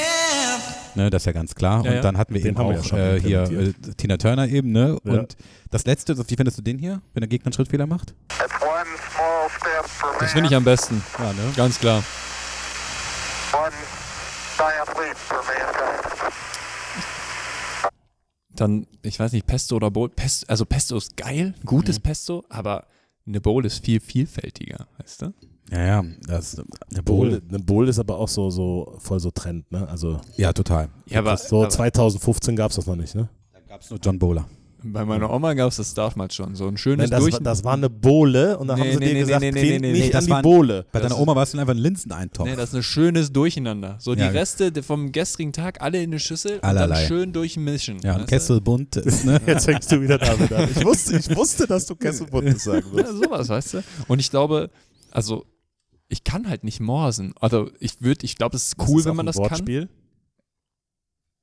B: ne, das ist ja ganz klar.
D: Ja,
B: und
D: ja.
B: dann hatten wir
A: Den
B: eben
A: haben
B: auch
A: wir ja schon
B: äh, hier äh,
A: implementiert.
B: Tina Turner eben, ne?
A: Ja.
B: Und das letzte, wie findest du den hier, wenn der Gegner einen Schrittfehler macht?
H: It's one small step for man,
D: Das finde ich am besten.
B: Ja, ne?
D: Ganz klar.
H: one giant leap for mankind.
D: dann, ich weiß nicht, Pesto oder Bowl. Pest, also Pesto ist geil, gutes Pesto, aber eine Bowl ist viel vielfältiger, weißt du?
B: Ja, ja, das ist eine
A: Bowl, ne Bowl ist aber auch so, so voll so Trend, ne? Also
B: Ja, total.
D: Ja, aber,
A: so 2015 gab es das noch nicht, ne?
B: Da gab es nur John Bowler.
D: bei meiner Oma gab es das damals schon. So ein
A: Nein,
D: schönes
A: das,
D: Durch.
A: war, das war eine Bohle und dann haben
D: Nee,
A: sie
D: nee,
A: dir
D: nee,
A: gesagt,
D: nee, nee,
A: klingt
D: nee, nee,
A: nicht
D: nee,
B: das
A: an die
B: waren-
A: Bohle.
B: Bei deiner
D: ist-
B: Oma warst du einfach ein Linseneintopf.
D: nee, das ist ein schönes Durcheinander. So die
B: Ja.
D: Reste de- vom gestrigen Tag alle in eine Schüssel und
B: Allerlei.
D: dann schön durchmischen.
B: ja, ein
D: weißt du?
B: Kessel bunt ist, ne?
A: Jetzt fängst du wieder damit an. Ich wusste, ich wusste dass du Kesselbundes sagen
D: Ja,
A: wirst.
D: sowas, weißt du? Und ich glaube, also ich kann halt nicht morsen. Also ich würde, ich glaube, es ist cool, wenn man das kann.
A: Wortspiel.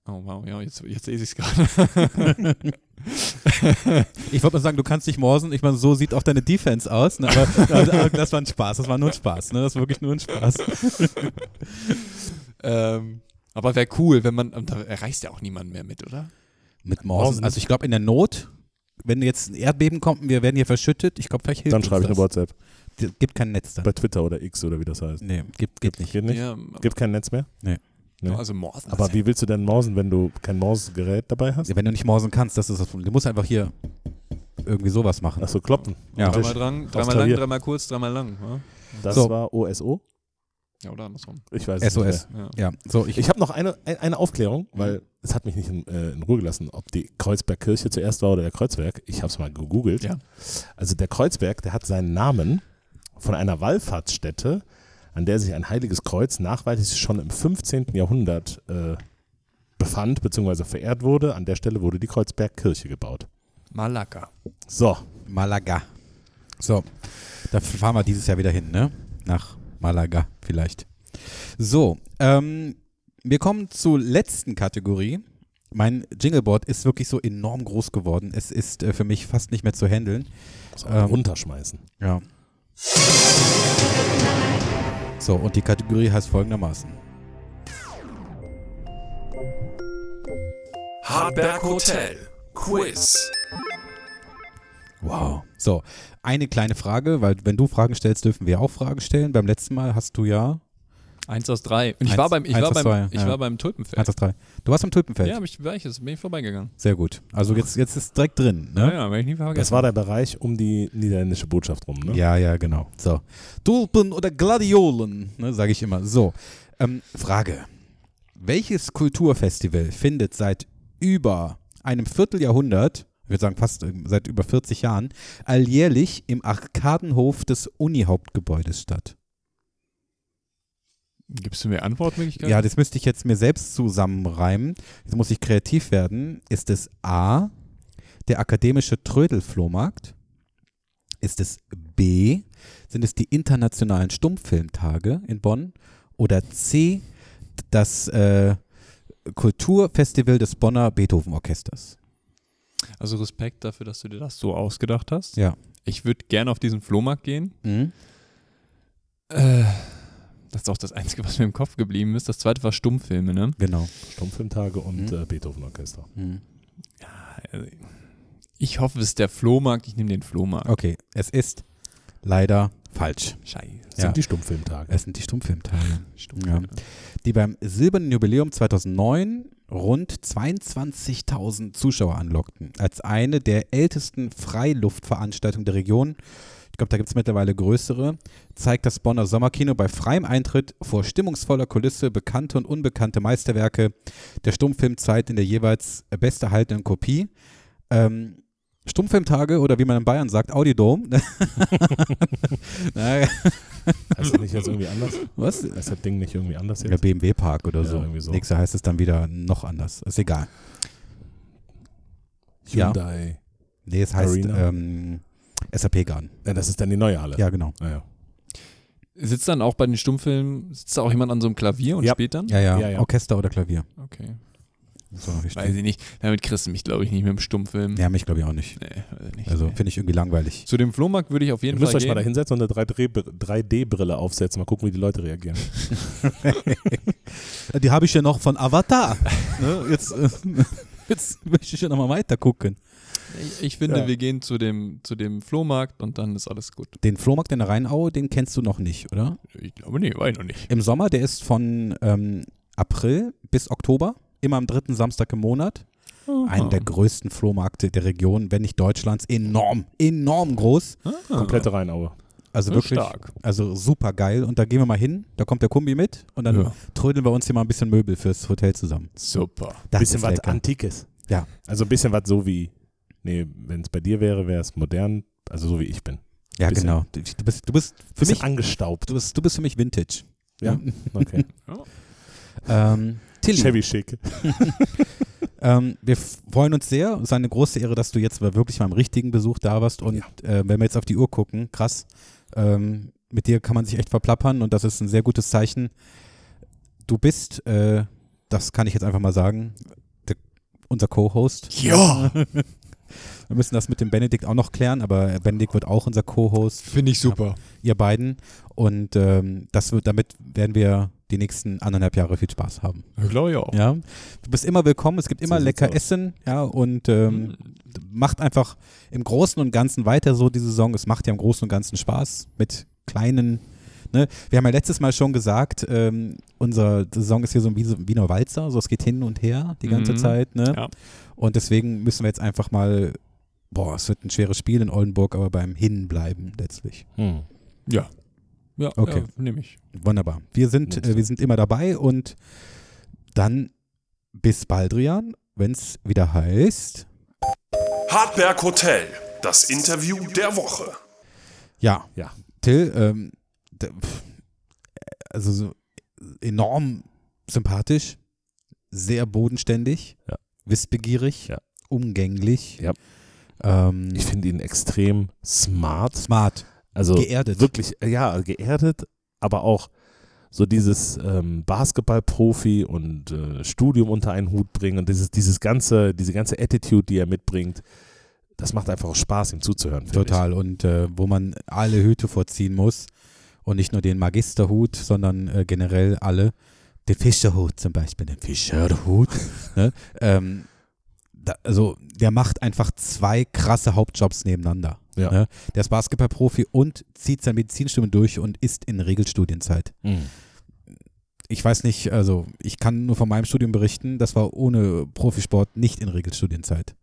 D: Oh wow, ja, jetzt, jetzt lese ich es gerade.
B: Ich wollte mal sagen, du kannst dich morsen. Ich meine, so sieht auch deine Defense aus. Ne? Aber, aber, aber das war ein Spaß. Das war nur ein Spaß. Ne? Das war wirklich nur ein Spaß.
D: ähm, aber wäre cool, wenn man, und da erreichst ja auch niemanden mehr mit, oder?
B: Mit
A: Morsen.
B: Morsen. Also ich glaube, in der Not, wenn jetzt ein Erdbeben kommt und wir werden hier verschüttet, ich glaube, vielleicht hilft
A: Dann
B: uns
A: schreibe ich eine
B: das.
A: WhatsApp.
B: D- Gibt kein Netz dann.
A: Bei Twitter oder X oder wie das heißt.
B: Nee, gibt, gibt nicht.
A: Geht nicht?
D: Ja,
A: Gibt kein Netz mehr? ne?
D: also Morsen.
A: Aber wie willst du denn mausen, wenn du kein Mausgerät dabei hast?
B: Ja, Also wenn du nicht morsen kannst, das ist das Problem. Du musst einfach hier irgendwie sowas machen.
A: Achso, kloppen.
B: Ja.
A: Tisch.
D: dreimal dran,
A: Aufs
D: dreimal lang,
A: Klavier.
D: dreimal kurz, dreimal lang. Ja,
A: Das
B: So.
A: war OSO?
D: ja oder andersrum.
A: Ich weiß es nicht.
B: SOS.
A: Mehr.
D: Ja.
B: Ja, so ich,
A: Ich habe noch eine, ein- eine Aufklärung, weil es hat mich nicht in, äh, in Ruhe gelassen, ob die Kreuzbergkirche zuerst war oder der Kreuzberg. Ich habe es mal gegoogelt.
D: Ja.
A: Also der Kreuzberg, der hat seinen Namen von einer Wallfahrtsstätte, an der sich ein heiliges Kreuz nachweislich schon im 15. Jahrhundert äh, befand bzw. verehrt wurde. An der Stelle wurde die Kreuzbergkirche gebaut.
D: Malaka.
A: So,
B: Malaga. So, da fahren wir dieses Jahr wieder hin, ne? Nach Malaga vielleicht. So, ähm, wir kommen zur letzten Kategorie. Mein Jingleboard ist wirklich so enorm groß geworden. Es ist äh, für mich fast nicht mehr zu handeln.
A: so
B: Ähm.
A: runterschmeißen.
B: Ja. So, und die Kategorie heißt folgendermaßen.
C: Hardback Hotel Quiz.
B: Wow. So, eine kleine Frage, weil wenn du Fragen stellst, dürfen wir auch Fragen stellen. Beim letzten Mal hast du ja
D: Eins aus drei. Und ich
B: Eins-
D: war beim, ich
B: eins
D: war
B: aus
D: beim,
B: zwei,
D: ich
B: ja.
D: war beim
B: Eins
D: Tulpenfeld.
B: aus drei. Du warst am Tulpenfeld.
D: Ja, hab ich, war ich, jetzt bin ich vorbeigegangen.
B: Sehr gut. Also jetzt, jetzt ist direkt drin, ne?
D: Ja, werde ich nie
A: Das
D: vergessen.
A: war der Bereich um die niederländische Botschaft rum, ne?
B: Ja, ja, genau. So. Tulpen oder Gladiolen, ne, sage ich immer. So. Ähm, Frage. Welches Kulturfestival findet seit über einem Vierteljahrhundert, ich würde sagen fast ähm, seit über 40 Jahren, alljährlich im Arkadenhof des Uni-Hauptgebäudes statt?
D: Gibst du mir Antwortmöglichkeiten?
B: Ja, das müsste ich jetzt mir selbst zusammenreimen. Jetzt muss ich kreativ werden. Ist es A, der akademische Trödelflohmarkt? Ist es B, sind es die internationalen Stummfilmtage in Bonn? Oder C, das äh, Kulturfestival des Bonner Beethoven-Orchesters?
D: Also Respekt dafür, dass du dir das so ausgedacht hast.
B: Ja.
D: Ich würde gerne auf diesen Flohmarkt gehen.
B: Mhm.
D: Äh, das ist auch das Einzige, was mir im Kopf geblieben ist. Das zweite war Stummfilme, ne?
B: Genau. Hm.
A: Stummfilmtage und
B: Mhm.
A: äh, Beethoven-Orchester.
D: Also, Ich hoffe, es ist der Flohmarkt. Ich nehme den Flohmarkt.
B: Okay, es ist leider falsch.
D: Scheiße.
A: Sind
B: Ja.
A: die Stummfilmtage.
B: Es sind die Stummfilmtage. Oh. Ja. die beim Silbernen Jubiläum 2009 rund 22.000 Zuschauer anlockten, als eine der ältesten Freiluftveranstaltungen der Region. Ich glaube, da gibt es mittlerweile größere. Zeigt das Bonner Sommerkino bei freiem Eintritt vor stimmungsvoller Kulisse bekannte und unbekannte Meisterwerke der Stummfilmzeit in der jeweils besterhaltenen Kopie. Ähm, Stummfilmtage oder wie man in Bayern sagt, Audiodom. Na,
A: Heißt das nicht jetzt irgendwie anders?
B: was?
A: Heißt das Ding nicht irgendwie anders
B: Der
A: jetzt?
B: BMW-Park oder
A: Ja,
B: so.
A: irgendwie so.
B: Nächster heißt es dann wieder noch anders. Ist egal. Ja.
A: Hyundai.
B: Nee, es heißt
A: Arena.
B: ähm, SAP Garden.
A: Ja, das ist dann die neue Halle.
B: Ja, genau.
A: Ah, ja.
D: Sitzt dann auch bei den Stummfilmen, sitzt da auch jemand an so einem Klavier und
A: Ja.
D: spielt dann?
B: Ja, ja.
A: Ja, ja.
B: Orchester oder Klavier.
D: Okay.
B: So, hier steht-
D: Weiß ich nicht. Damit kriegst du mich, glaube ich, nicht mit dem Stummfilm.
B: ja, mich glaube ich auch nicht.
D: Nee, weiß ich nicht.
B: Also finde ich irgendwie langweilig.
D: Zu dem Flohmarkt würde ich auf
A: Ihr
D: jeden
A: müsst
D: Fall
A: euch mal da
D: gehen.
A: hinsetzen und eine 3D-Brille aufsetzen. Mal gucken, wie die Leute reagieren.
B: Äh, Die habe ich ja noch von Avatar. ne? jetzt, äh, jetzt möchte ich ja nochmal weiter gucken.
D: Ich, ich finde,
A: Ja.
D: wir gehen zu dem, zu dem Flohmarkt und dann ist alles gut.
B: Den Flohmarkt in der Rheinaue, den kennst du noch nicht, oder?
D: Ich glaube, nee, weiß ich noch nicht.
B: Im Sommer, der ist von ähm, April bis Oktober, immer am dritten Samstag im Monat. Einen der größten Flohmärkte der Region, wenn nicht Deutschlands. Enorm, enorm groß.
A: Komplette Rheinaue.
B: Also
D: Ja,
B: wirklich,
D: stark.
B: also super geil. Und da gehen wir mal hin, da kommt der Kumbi mit und dann
D: Ja.
B: trödeln wir uns hier mal ein bisschen Möbel fürs Hotel zusammen.
D: Super.
B: Das
A: bisschen
B: ist
A: was
B: lecker.
A: Antikes.
B: Ja.
A: Also ein bisschen was so wie, nee, wenn es bei dir wäre, wäre es modern. Also so wie ich bin.
B: Ja,
A: bisschen.
B: genau. Du du bist, du bist für
A: Bisschen
B: mich,
A: angestaubt.
B: du bist, du bist für mich Vintage.
A: Ja. Okay.
B: Ähm, Tilly,
A: Chevy schick.
B: Ähm, wir f- freuen uns sehr. Es ist eine große Ehre, dass du jetzt mal wirklich beim richtigen Besuch da warst. Und äh, wenn wir jetzt auf die Uhr gucken, krass, ähm, mit dir kann man sich echt verplappern und das ist ein sehr gutes Zeichen. Du bist, äh, das kann ich jetzt einfach mal sagen, der, unser Co-Host.
D: Ja,
B: Wir müssen das mit dem Benedikt auch noch klären, aber Benedikt wird auch unser Co-Host,
D: finde ich super.
B: ihr beiden. Und ähm, das wird, damit werden wir die nächsten anderthalb Jahre viel Spaß haben.
D: Ja. Glaube ich auch.
B: Ja, du bist immer willkommen. Es gibt immer
A: sieht's
B: lecker
A: aus. Mhm.
B: Essen. Ja, und ähm, d- macht einfach im Großen und Ganzen weiter so die Saison. Es macht ja im Großen und Ganzen Spaß mit kleinen. Ne? Wir haben ja letztes Mal schon gesagt, ähm, unsere Saison ist hier so ein Wies- Wiener Walzer. So, es geht hin und her die ganze
D: Mhm.
B: Zeit. Ne?
D: Ja.
B: Und deswegen müssen wir jetzt einfach mal. Boah, es wird ein schweres Spiel in Oldenburg, aber beim Hinbleiben letztlich.
A: Hm.
D: Ja. Ja,
B: Okay.
D: ja nehme ich.
B: Wunderbar. Wir sind, äh, wir sind immer dabei und dann bis Baldrian, wenn es wieder heißt.
C: Hartberg Hotel. Das Interview der Woche.
B: Ja.
A: Ja.
B: Till, ähm, d- pf, also so enorm sympathisch, sehr bodenständig,
A: Ja.
B: wissbegierig,
A: Ja.
B: umgänglich.
A: Ja.
B: Ähm,
A: Ich finde ihn extrem smart.
B: smart,
A: Also
B: geerdet.
A: wirklich, äh, ja, geerdet, aber auch so dieses ähm, Basketballprofi und äh, Studium unter einen Hut bringen und dieses, dieses ganze, diese ganze Attitude, die er mitbringt, das macht einfach auch Spaß, ihm zuzuhören. finde
B: Total. Und äh, wo man alle Hüte vorziehen muss. Und nicht nur den Magisterhut, sondern äh, generell alle. Den Fischerhut zum Beispiel, den Fischerhut. ne? ähm, da, also der macht einfach zwei krasse Hauptjobs nebeneinander.
A: Ja.
B: Ne? Der ist Basketballprofi und zieht sein Medizinstudium durch und ist in Regelstudienzeit.
A: Ich. Mhm.
B: ich weiß nicht, also ich kann nur von meinem Studium berichten, das war ohne Profisport nicht in Regelstudienzeit.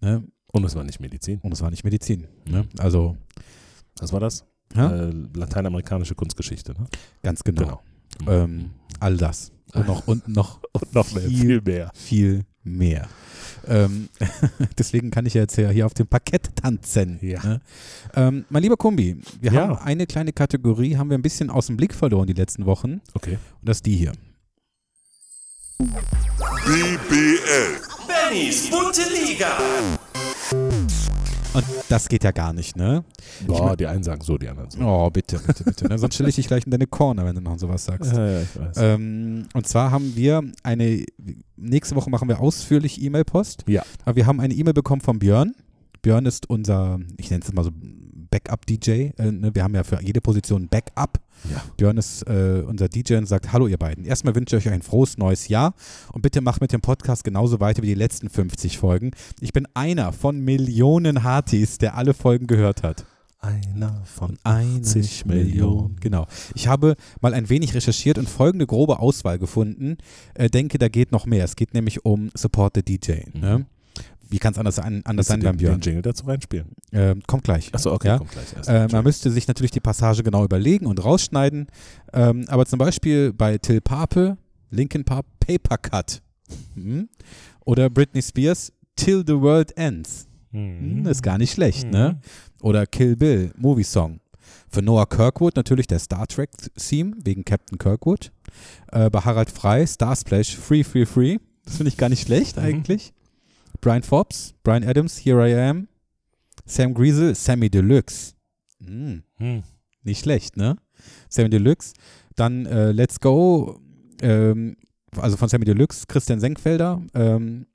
B: Ne?
A: Und es war nicht Medizin.
B: Und es war nicht Medizin. Ne? Also
A: Was war das?
B: Ja?
A: Äh, lateinamerikanische Kunstgeschichte. Ne?
B: ganz genau. Ähm, all das. Und noch, und noch
A: Und noch mehr,
B: Viel-
A: viel mehr.
B: viel mehr. Ähm, deswegen kann ich ja jetzt ja hier auf dem Parkett tanzen.
A: Ja.
B: Ne? Ähm, mein lieber Kumbi, wir
A: Ja.
B: haben eine kleine Kategorie, haben wir ein bisschen aus dem Blick verloren die letzten Wochen.
A: Okay.
B: Und das ist die hier.
C: BBL.
E: Bennys bunte Liga.
B: Und das geht ja gar nicht, ne?
A: Boah, die einen sagen so, die anderen so.
B: Oh, bitte, bitte, bitte. ne? Sonst stelle ich dich gleich in deine Corner, wenn du noch sowas sagst.
A: Ja, ja, ich weiß.
B: Ähm, und zwar haben wir eine, nächste Woche machen wir ausführlich E-Mail-Post.
A: Ja.
B: Aber wir haben eine E-Mail bekommen von Björn. Björn ist unser, ich nenne es mal so Backup-DJ. Äh, ne? Wir haben ja für jede Position ein Backup.
A: Ja.
B: Björn ist äh, unser DJ und sagt, hallo ihr beiden. Erstmal wünsche ich euch ein frohes neues Jahr und bitte macht mit dem Podcast genauso weiter wie die letzten 50 Folgen. Ich bin einer von Millionen Hartis, der alle Folgen gehört hat.
A: Einer von
B: 80 Millionen. Genau. Ich habe mal ein wenig recherchiert und folgende grobe Auswahl gefunden. Äh, denke, da geht noch mehr. Es geht nämlich um Support the DJ. Ne? Wie kann es anders, an, anders sein
A: den,
B: beim
A: den
B: Björn?
A: Jingle dazu reinspielen. Ähm,
B: Ähm, kommt gleich.
A: Achso, okay,
B: Ja?
A: kommt gleich erst.
B: Äh, man müsste sich natürlich die Passage genau überlegen und rausschneiden. Ähm, aber zum Beispiel bei Till Pape, Linkin Park, Paper Cut. Hm? Oder Britney Spears, Till the World Ends. Hm, Ist gar nicht schlecht, ne? Oder Kill Bill, Movie Song. Für Noah Kirkwood natürlich der Star Trek Theme wegen Captain Kirkwood. Äh, bei Harald Frey, Star Splash, Free, Free, Free. Das finde ich gar nicht schlecht eigentlich. Brian Forbes, Brian Adams, Here I Am. Sam Greasel, Sammy Deluxe. Hm,
A: Hm.
B: nicht schlecht, ne? Sammy Deluxe. Dann äh, Let's Go, ähm, also von Sammy Deluxe, Christian Senkfelder, ähm,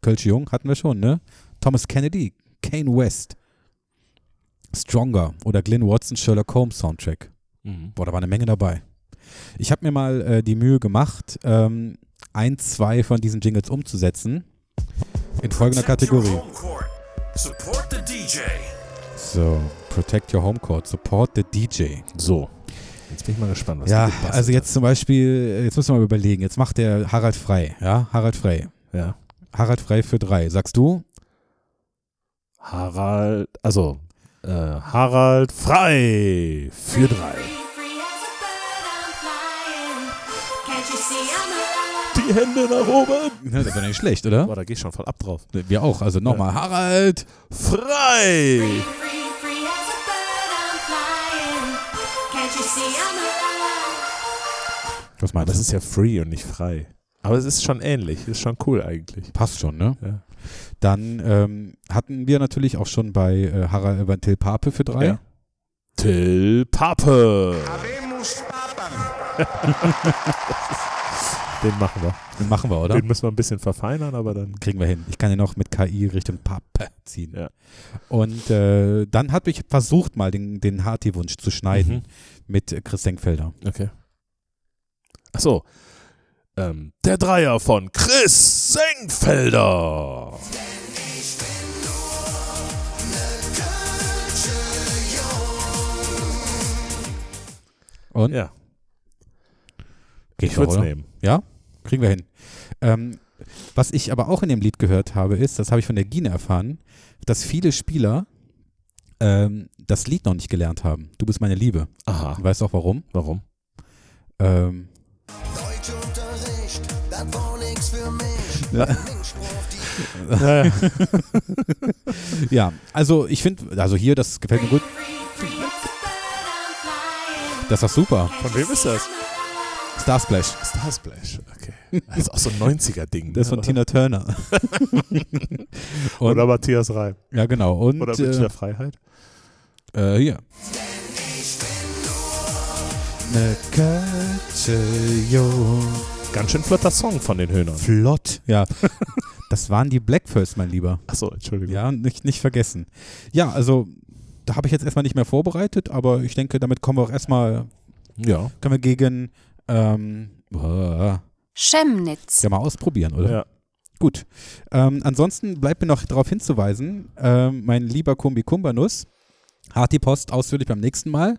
B: Kölsch Jung hatten wir schon, ne? Thomas Kennedy, Kane West, Stronger oder Glenn Watson Sherlock Holmes Soundtrack.
A: Mhm.
B: Boah, da war eine Menge dabei. Ich habe mir mal äh, die Mühe gemacht, ähm, ein, zwei von diesen Jingles umzusetzen. In folgender Kategorie.
C: Support the DJ.
B: So, Protect Your Home Court, Support the DJ.
A: So. Jetzt bin ich mal gespannt, was du
B: ja,
A: gebastelt
B: also jetzt zum Beispiel, äh, jetzt müssen wir mal überlegen, jetzt macht der Harald frei, ja, Harald frei.
A: hast. Ja.
B: Harald frei für drei, sagst du?
A: Harald, also äh, Harald frei für drei. Die Hände nach oben.
B: Ja, das wäre nicht schlecht, oder?
A: Boah, da geh ich schon voll ab drauf.
B: Wir auch, also nochmal, Harald!
A: Frei!
B: Was
A: Aber
B: meinst
A: das
B: du?
A: ist ja free und nicht frei. Aber es ist schon ähnlich, ist schon cool eigentlich.
B: Passt schon, ne?
A: Ja.
B: Dann ähm, hatten wir natürlich auch schon bei äh, Harald äh, bei Till Pape für drei.
A: Ja. Till Pape.
E: Habemus Papam.
A: Den machen wir.
B: Den machen wir, oder?
A: Den müssen wir ein bisschen verfeinern, aber dann.
B: Kriegen wir hin. Ich kann ja noch mit KI Richtung Pape ziehen.
A: Ja.
B: Und äh, dann habe ich versucht, mal den, den Harti-Wunsch zu schneiden
A: Mhm.
B: mit äh, Chris Senkfelder.
A: Okay. Achso. Ähm, der Dreier von Chris Senkfelder.
B: Und?
A: Ja. Ich
B: Geht doch,
A: würde es
B: oder?
A: nehmen.
B: Ja, kriegen wir hin. Ähm, was ich aber auch in dem Lied gehört habe, ist, das habe ich von der Gine erfahren, dass viele Spieler ähm, das Lied noch nicht gelernt haben. Du bist meine Liebe.
A: Aha.
B: Weißt du auch warum?
A: Warum?
B: Ähm,
I: Deutschunterricht, das war nix für mich. Linkspruch, die
B: ja, also ich finde, also hier, das gefällt mir gut. Das ist super.
A: Von wem ist das?
B: Star Splash.
A: Star Splash. Okay. Das ist auch so ein 90er-Ding.
B: Das ist von
A: ne?
B: Tina Turner. Und,
A: Oder Matthias Reim.
B: ja, genau. Und
A: Oder München
B: äh,
A: der Freiheit.
B: äh, hier. Ne Kölsche Jung.
A: Ganz schön flotter Song von den Höhnern.
B: Flott. Ja. Das waren die Blackfirst, mein Lieber.
A: Achso, Entschuldigung.
B: Ja, nicht, nicht vergessen. Ja, also da habe ich jetzt erstmal nicht mehr vorbereitet, aber ich denke, damit kommen wir auch erstmal,
A: Ja.
B: können wir gegen, ähm, boah,
G: Chemnitz.
B: ja mal ausprobieren, oder?
A: Ja.
B: Gut. Ähm, ansonsten bleibt mir noch darauf hinzuweisen, ähm, mein lieber Mhm. Kumbi Kumbanus, hart die Post ausführlich beim nächsten Mal.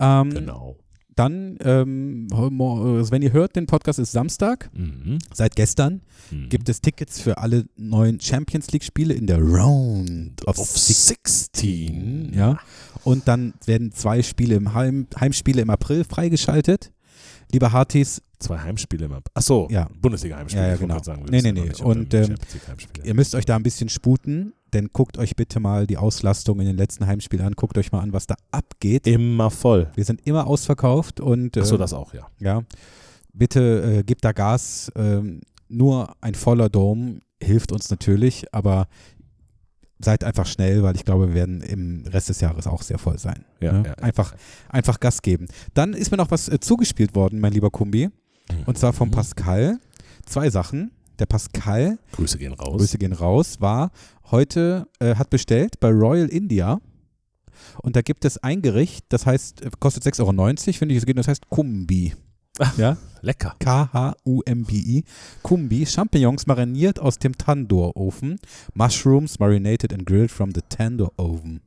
B: Ähm,
A: Genau.
B: dann, ähm, homo- äh, wenn ihr hört, den Podcast ist Samstag,
A: Mhm.
B: seit gestern,
A: Mhm.
B: gibt es Tickets für alle neuen Champions League-Spiele in der Round of
A: auf
B: Six.
A: 16.
B: Ja. Und dann werden zwei Spiele im Heim, Heimspiele im April freigeschaltet. Lieber Hartis,
A: Zwei Heimspiele im April. Achso,
B: Ja.
A: Bundesliga-Heimspiele.
B: Ja, ja,
A: ich wollte
B: genau.
A: gerade Sagen, wir
B: Nee,
A: wissen
B: nee,
A: noch
B: nee.
A: nicht, ob
B: Und,
A: wir
B: ähm,
A: Champions League Heimspiele
B: ihr müsst euch da ein bisschen sputen, denn guckt euch bitte mal die Auslastung in den letzten Heimspielen an, guckt euch mal an, was da abgeht.
A: Immer voll.
B: Wir sind immer ausverkauft und äh,
A: Achso, das auch, ja.
B: ja, bitte äh, gebt da Gas. Ähm, nur ein voller Dome hilft uns natürlich, aber seid einfach schnell, weil ich glaube, wir werden im Rest des Jahres auch sehr voll sein.
A: Ja,
B: ne?
A: ja, ja.
B: einfach, einfach Gas geben. Dann ist mir noch was äh, zugespielt worden, mein lieber Kumbi,
A: Mhm.
B: und zwar von Pascal. Zwei Sachen. Der Pascal,
A: Grüße gehen raus.
B: Grüße gehen raus, war heute, äh, hat bestellt bei Royal India. Und da gibt es ein Gericht, das heißt, äh, kostet 6,90 Euro, finde ich, es geht, das heißt Kumbi. Ja?
A: Lecker.
B: K-H-U-M-B-I, Kumbi, Champignons mariniert aus dem Tandoor-Ofen, Mushrooms marinated and grilled from the Tandoor-Oven.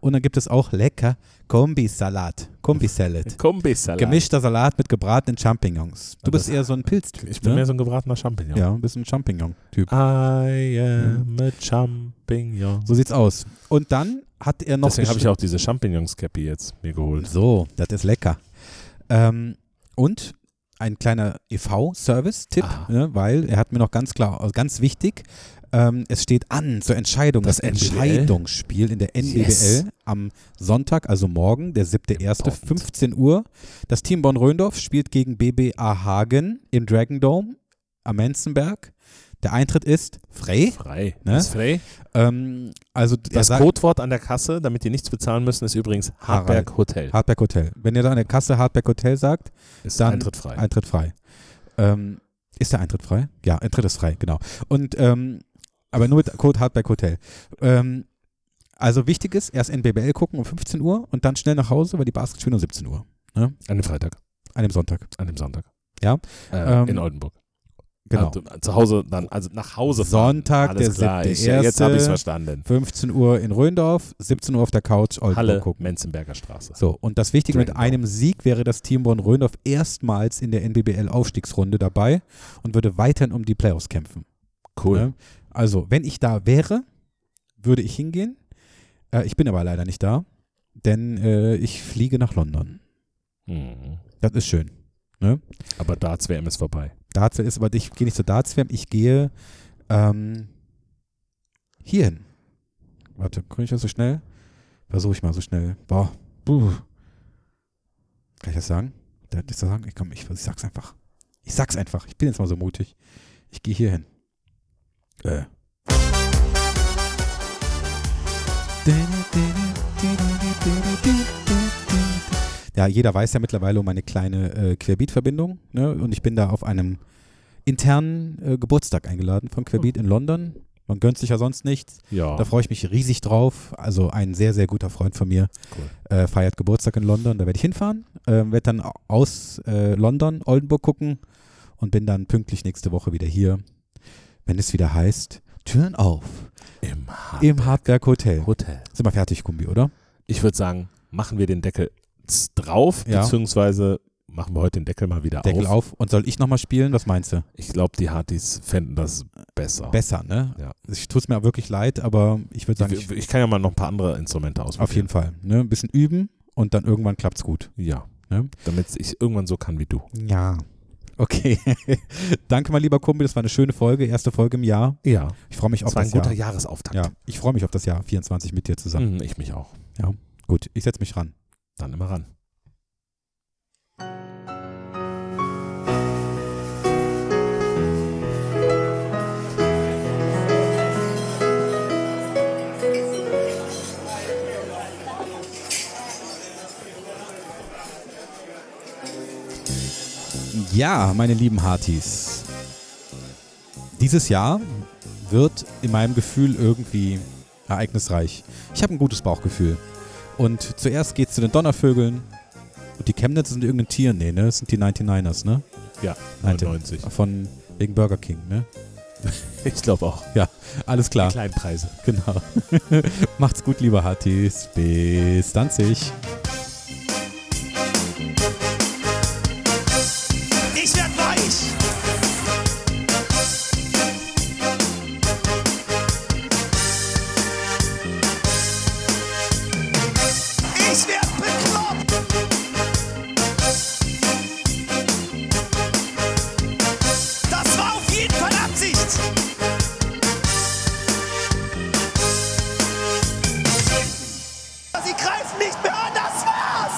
B: Und dann gibt es auch lecker Kombi-Salat, Kombi-Salat.
A: Kombisalat.
B: Gemischter Salat mit gebratenen Champignons. Du
A: Aber
B: bist eher so ein Pilztyp,
A: Ich bin
B: ne?
A: mehr so ein gebratener Champignon.
B: ja, ein bisschen Champignon-Typ.
A: I am a Champignon.
B: So sieht's aus. Und dann hat er noch
A: Deswegen habe ich
B: gesch-
A: auch diese Champignons-Cappy jetzt mir geholt.
B: So, das ist lecker. Ähm, und ein kleiner EV-Service-Tipp,
A: Aha.
B: ne, weil er hat mir noch ganz klar, also ganz wichtig, ähm, es steht an zur Entscheidung, das,
A: Das NBBL?
B: Entscheidungsspiel in der NBBL
A: Yes.
B: am Sonntag, also morgen, der 7.1., 15 Uhr. Das Team Bonn-Röndorf spielt gegen BBA Hagen im Dragon Dome am Menzenberg. Der Eintritt ist frei.
A: Frei.
B: Ne?
A: Ist frei.
B: Ähm, also er
A: Das
B: sagt-
A: Codewort an der Kasse, damit die nichts bezahlen müssen, ist übrigens
B: Harald.
A: Hardberg Hotel.
B: Hardback Hotel. Wenn ihr da an der Kasse Hardback Hotel sagt,
A: Ist
B: dann-
A: Eintritt frei.
B: Eintritt frei. Ähm, ist der Eintritt frei? Ja, Eintritt ist frei, genau. Und ähm, aber nur mit Code Hardback Hotel. Ähm, also wichtig ist, erst NBBL gucken um 15 Uhr und dann schnell nach Hause, weil die Baskets spielen um 17 Uhr.
A: An dem Freitag,
B: An dem Sonntag.
A: an dem Sonntag.
B: Ja.
A: Äh,
B: Ähm,
A: in Oldenburg.
B: Genau.
A: Also, zu Hause dann, also nach Hause fahren.
B: Sonntag,
A: Alles
B: der
A: klar.
B: siebte
A: Ich, jetzt
B: Erste.
A: habe ich es verstanden.
B: 15 Uhr in Röndorf, 17 Uhr auf der Couch, Oldenburg
A: Halle,
B: gucken.
A: Menzenberger Straße.
B: So, und das Wichtige, mit
A: Dragon Ball.
B: einem Sieg wäre das Team Bonn-Röndorf erstmals in der NBBL-Aufstiegsrunde dabei und würde weiterhin um die Playoffs kämpfen.
A: Cool.
B: Ne? Also, wenn ich da wäre, würde ich hingehen. Äh, ich bin aber leider nicht da, denn äh, ich fliege nach London.
A: Mhm.
B: Das ist schön.
A: Aber Darts WM ist vorbei.
B: Darts ist, aber ich gehe nicht zur darts -WM, ich gehe ähm, hierhin. Warte, kann ich das so schnell? Versuche ich mal so schnell. Boah. Puh. Kann ich das sagen? Darf ich das sagen? Ich, komm, ich, ich sag's einfach. Ich sag's einfach. Ich bin jetzt mal so mutig. Ich gehe hierhin. Äh. Ja, jeder weiß ja mittlerweile um meine kleine äh, Querbeat-Verbindung. Ne? Und ich bin da auf einem internen äh, Geburtstag eingeladen von Querbeat
A: Oh.
B: in London. Man gönnt sich ja sonst nichts.
A: Ja.
B: Da freue ich mich riesig drauf. Also ein sehr, sehr guter Freund von mir äh, feiert Geburtstag in London. Da werde ich hinfahren, äh, werde dann au- aus äh, London, Oldenburg gucken und bin dann pünktlich nächste Woche wieder hier, wenn es wieder heißt, Türen auf
A: Im Hardberg
B: im Hardberg Hotel.
A: Hotel.
B: Sind wir fertig, Kumbi, oder?
A: Ich würde sagen, machen wir den Deckel z- drauf,
B: Ja.
A: beziehungsweise machen wir heute den Deckel mal wieder
B: Deckel
A: auf.
B: auf. Und soll ich nochmal spielen? Was meinst du?
A: Ich glaube, die Hardys fänden das besser.
B: Besser, ne?
A: Ja.
B: Ich tue es mir wirklich leid, aber ich würde sagen,
A: Ich,
B: ich,
A: ich kann ja mal noch ein paar andere Instrumente ausprobieren.
B: auf jeden Fall. Ne? Ein bisschen üben und dann irgendwann klappt's gut.
A: Ja.
B: Ne?
A: Damit ich irgendwann so kann wie du.
B: Ja. Okay. Danke, mein lieber Kumbi. Das war eine schöne Folge. Erste Folge im Jahr.
A: Ja.
B: Ich freue mich auf
A: Das war ein
B: das
A: guter
B: Jahr.
A: Jahresauftakt.
B: Ja, ich freue mich auf das Jahr 24 mit dir zusammen.
A: Mhm, ich mich auch.
B: Gut, ich setze mich ran.
A: Dann immer ran.
B: Ja, meine lieben Hartis. Dieses Jahr wird in meinem Gefühl irgendwie ereignisreich. Ich habe ein gutes Bauchgefühl. Und zuerst geht's zu den Donnervögeln. Und die Chemnitz sind irgendein Tier. Nee, ne? Das sind die 99ers, ne?
A: Ja,
B: Nein,
A: 99.
B: Von wegen Burger King, ne?
A: Ich glaube auch.
B: Alles klar.
A: Kleinpreise.
B: Genau. Macht's gut, liebe Hartis. Bis dann sich.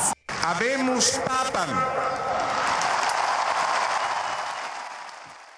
E: Spar